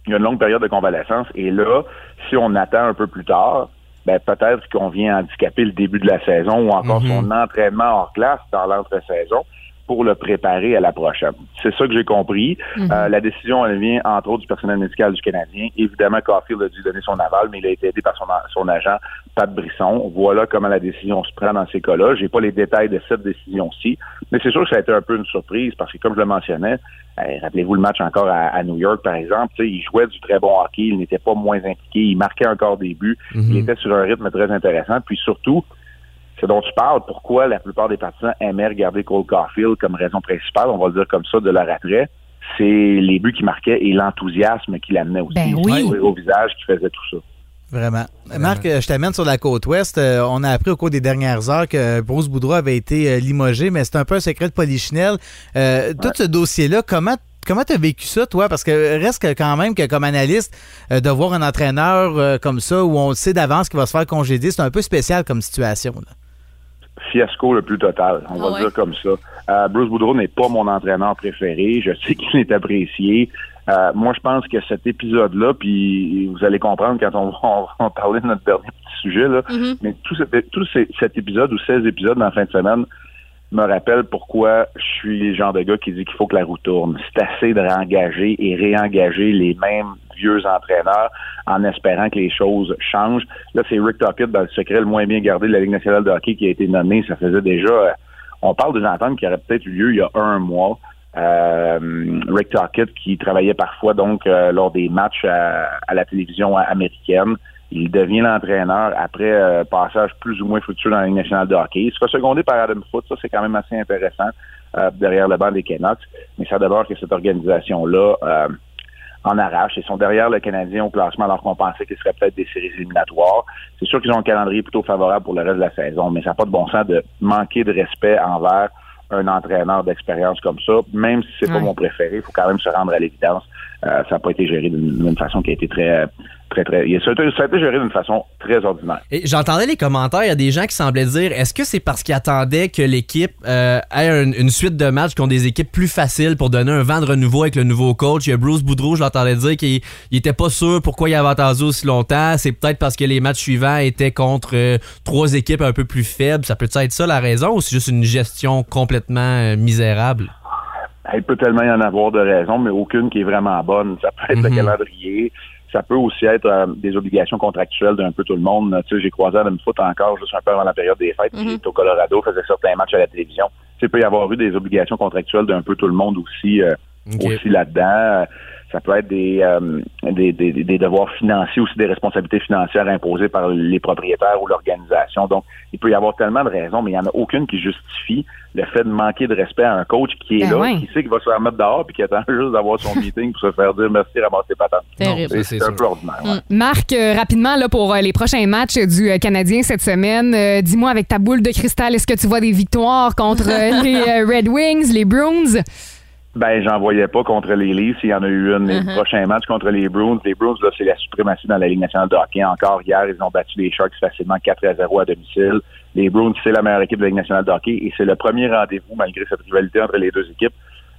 Speaker 11: il y a une longue période de convalescence. Et là, si on attend un peu plus tard, ben peut-être qu'on vient handicaper le début de la saison ou encore
Speaker 12: Mhm.
Speaker 11: son entraînement hors classe dans l'entre-saison pour le préparer à la prochaine. C'est ça que j'ai compris.
Speaker 12: Mhm.
Speaker 11: Euh, la décision, elle vient entre autres du personnel médical du Canadien. Évidemment, Caulfield a dû donner son aval, mais il a été aidé par son, a- son agent, Pat Brisson. Voilà comment la décision se prend dans ces cas-là. J'ai pas les détails de cette décision-ci, mais c'est sûr que ça a été un peu une surprise parce que, comme je le mentionnais, eh, rappelez-vous le match encore à, à New York, par exemple. tu sais, Il jouait du très bon hockey, il n'était pas moins impliqué, il marquait encore des buts,
Speaker 10: Mhm.
Speaker 11: il était sur un rythme très intéressant. Puis surtout, c'est dont tu parles, pourquoi la plupart des partisans aimaient regarder Cole Caulfield comme raison principale, on va le dire comme ça, de leur attrait, c'est les buts qu'il marquait et l'enthousiasme qu'il amenait aussi.
Speaker 10: Ben oui.
Speaker 11: Le sourire au visage qui faisait tout ça.
Speaker 10: Vraiment. Marc, euh, je t'amène sur la côte ouest. Euh, on a appris au cours des dernières heures que euh, Bruce Boudreau avait été euh, limogé, mais c'est un peu un secret de polichinelle. Euh, Tout ce dossier-là, comment comment t'as vécu ça, toi? Parce que reste que quand même que comme analyste, euh, de voir un entraîneur euh, comme ça, où on le sait d'avance qu'il va se faire congédier, c'est un peu spécial comme situation. là.
Speaker 11: fiasco le plus total, on va
Speaker 10: ouais.
Speaker 11: le dire comme ça. Euh, Bruce Boudreau n'est pas mon entraîneur préféré. Je sais qu'il est apprécié. Euh, moi, je pense que cet épisode-là, puis vous allez comprendre quand on va on va parler de notre dernier petit sujet, là,
Speaker 12: Mhm.
Speaker 11: mais tout, cet- tout ces- cet épisode ou 16 épisodes dans la fin de semaine me rappelle pourquoi je suis le genre de gars qui dit qu'il faut que la roue tourne. C'est assez de réengager et réengager les mêmes vieux entraîneurs en espérant que les choses changent. Là, c'est Rick Toppett dans le secret le moins bien gardé de la Ligue nationale de hockey qui a été nommé. Ça faisait déjà... euh, on parle d'une entente qui aurait peut-être eu lieu il y a un mois. Euh, Rick Tockett qui travaillait parfois donc euh, lors des matchs à, à la télévision américaine. Il devient l'entraîneur après euh, passage plus ou moins fructueux dans la Ligue nationale de hockey. Il se fait seconder par Adam Foote, ça c'est quand même assez intéressant euh, derrière le banc des Canucks, mais ça d'abord que cette organisation-là euh, en arrache. Ils sont derrière le Canadien au classement alors qu'on pensait qu'il serait peut-être des séries éliminatoires. C'est sûr qu'ils ont un calendrier plutôt favorable pour le reste de la saison, mais ça n'a pas de bon sens de manquer de respect envers un entraîneur d'expérience comme ça. Même si c'est pas
Speaker 12: Ouais.
Speaker 11: mon préféré, il faut quand même se rendre à l'évidence. Euh, ça n'a pas été géré d'une d'une façon qui a été très, euh, très, très... Ça a été, ça a été géré d'une façon très ordinaire.
Speaker 7: Et j'entendais les commentaires, il y a des gens qui semblaient dire est-ce que c'est parce qu'ils attendaient que l'équipe euh, ait un- une suite de matchs qui ont des équipes plus faciles pour donner un vent de renouveau avec le nouveau coach Il y a Bruce Boudreau, je l'entendais dire qu'il il était pas sûr pourquoi il avait attendu aussi longtemps. C'est peut-être parce que les matchs suivants étaient contre euh, trois équipes un peu plus faibles. Ça peut être ça la raison ou c'est juste une gestion complètement euh, misérable
Speaker 11: Il peut tellement y en avoir de raisons, mais aucune qui est vraiment bonne. Ça peut être le calendrier, ça peut aussi être euh, des obligations contractuelles d'un peu tout le monde. Tu sais, j'ai croisé Adam Foot encore juste un peu avant la période des fêtes, puis il était au Colorado, faisait certains matchs à la télévision. Tu sais, il peut y avoir eu des obligations contractuelles d'un peu tout le monde aussi, euh,
Speaker 12: Ok.
Speaker 11: aussi là-dedans. Euh, Ça peut être des, euh, des, des, des devoirs financiers, aussi des responsabilités financières imposées par les propriétaires ou l'organisation. Donc, il peut y avoir tellement de raisons, mais il n'y en a aucune qui justifie le fait de manquer de respect à un coach qui est
Speaker 12: Ben
Speaker 11: là,
Speaker 12: ouais.
Speaker 11: qui sait qu'il va se faire mettre dehors puis qui attend juste d'avoir son meeting pour se faire dire merci, ramasse tes patates.
Speaker 6: Terrible.
Speaker 11: C'est- C'est un peu ordinaire. ouais.
Speaker 6: Marc, euh, rapidement, là, pour euh, les prochains matchs euh, du euh, Canadien cette semaine, euh, dis-moi avec ta boule de cristal, est-ce que tu vois des victoires contre euh, les euh, Red Wings, les Bruins?
Speaker 12: Mm.
Speaker 11: Ben, j'en voyais pas contre les Leafs. Il y en a eu une. Les
Speaker 12: Uh-huh.
Speaker 6: Mhm.
Speaker 11: prochains matchs contre les Bruins. Les Bruins, là, c'est la suprématie dans la Ligue nationale de hockey. Encore hier, ils ont battu les Sharks facilement 4 à 0 à domicile. Les Bruins, c'est la meilleure équipe de la Ligue nationale de hockey et c'est le premier rendez-vous malgré cette rivalité entre les deux équipes.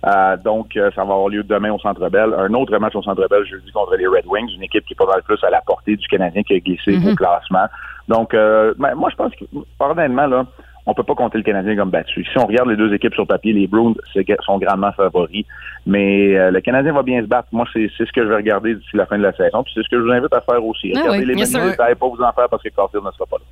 Speaker 11: Euh, donc, euh, ça va avoir lieu demain au Centre Bell. Un autre match au Centre Bell jeudi contre les Red Wings, une équipe qui est pas mal plus à
Speaker 12: Mm-hmm.
Speaker 11: la portée du Canadien qui a glissé au classement. Donc, euh, ben, moi, je pense que, honnêtement, là, on peut pas compter le Canadien comme battu. Si on regarde les deux équipes sur papier, les Bruins c'est- sont grandement favoris, mais euh, le Canadien va bien se battre. Moi, c'est c'est ce que je vais regarder d'ici la fin de la saison, puis c'est ce que je vous invite à faire aussi.
Speaker 5: Ah
Speaker 11: Regardez
Speaker 5: oui,
Speaker 11: les
Speaker 5: bien
Speaker 11: menus
Speaker 5: sûr.
Speaker 11: détails, pas vous en faire parce que Carfield ne sera pas là.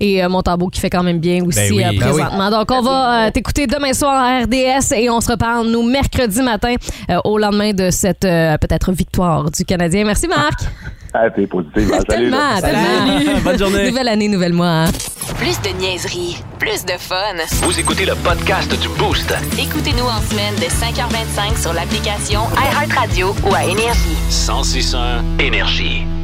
Speaker 5: Et euh, Montembeau qui fait quand même bien aussi
Speaker 11: Ben oui,
Speaker 5: euh,
Speaker 11: ben
Speaker 5: présentement. Donc, on va euh, t'écouter demain soir à RDS et on se reparle, nous, mercredi matin, euh, au lendemain de cette euh, peut-être victoire du Canadien. Merci, Marc.
Speaker 11: Ah, t'es positif. hein. Salut,
Speaker 5: tellement,
Speaker 11: là.
Speaker 5: tellement. Nouvelle année, nouvelle mois. hein.
Speaker 1: Plus de niaiserie, plus de fun.
Speaker 2: Vous écoutez le podcast du Boost.
Speaker 1: Écoutez-nous en semaine de 5h25 sur l'application iHeartRadio ou à Énergie.
Speaker 2: 1061 Énergie.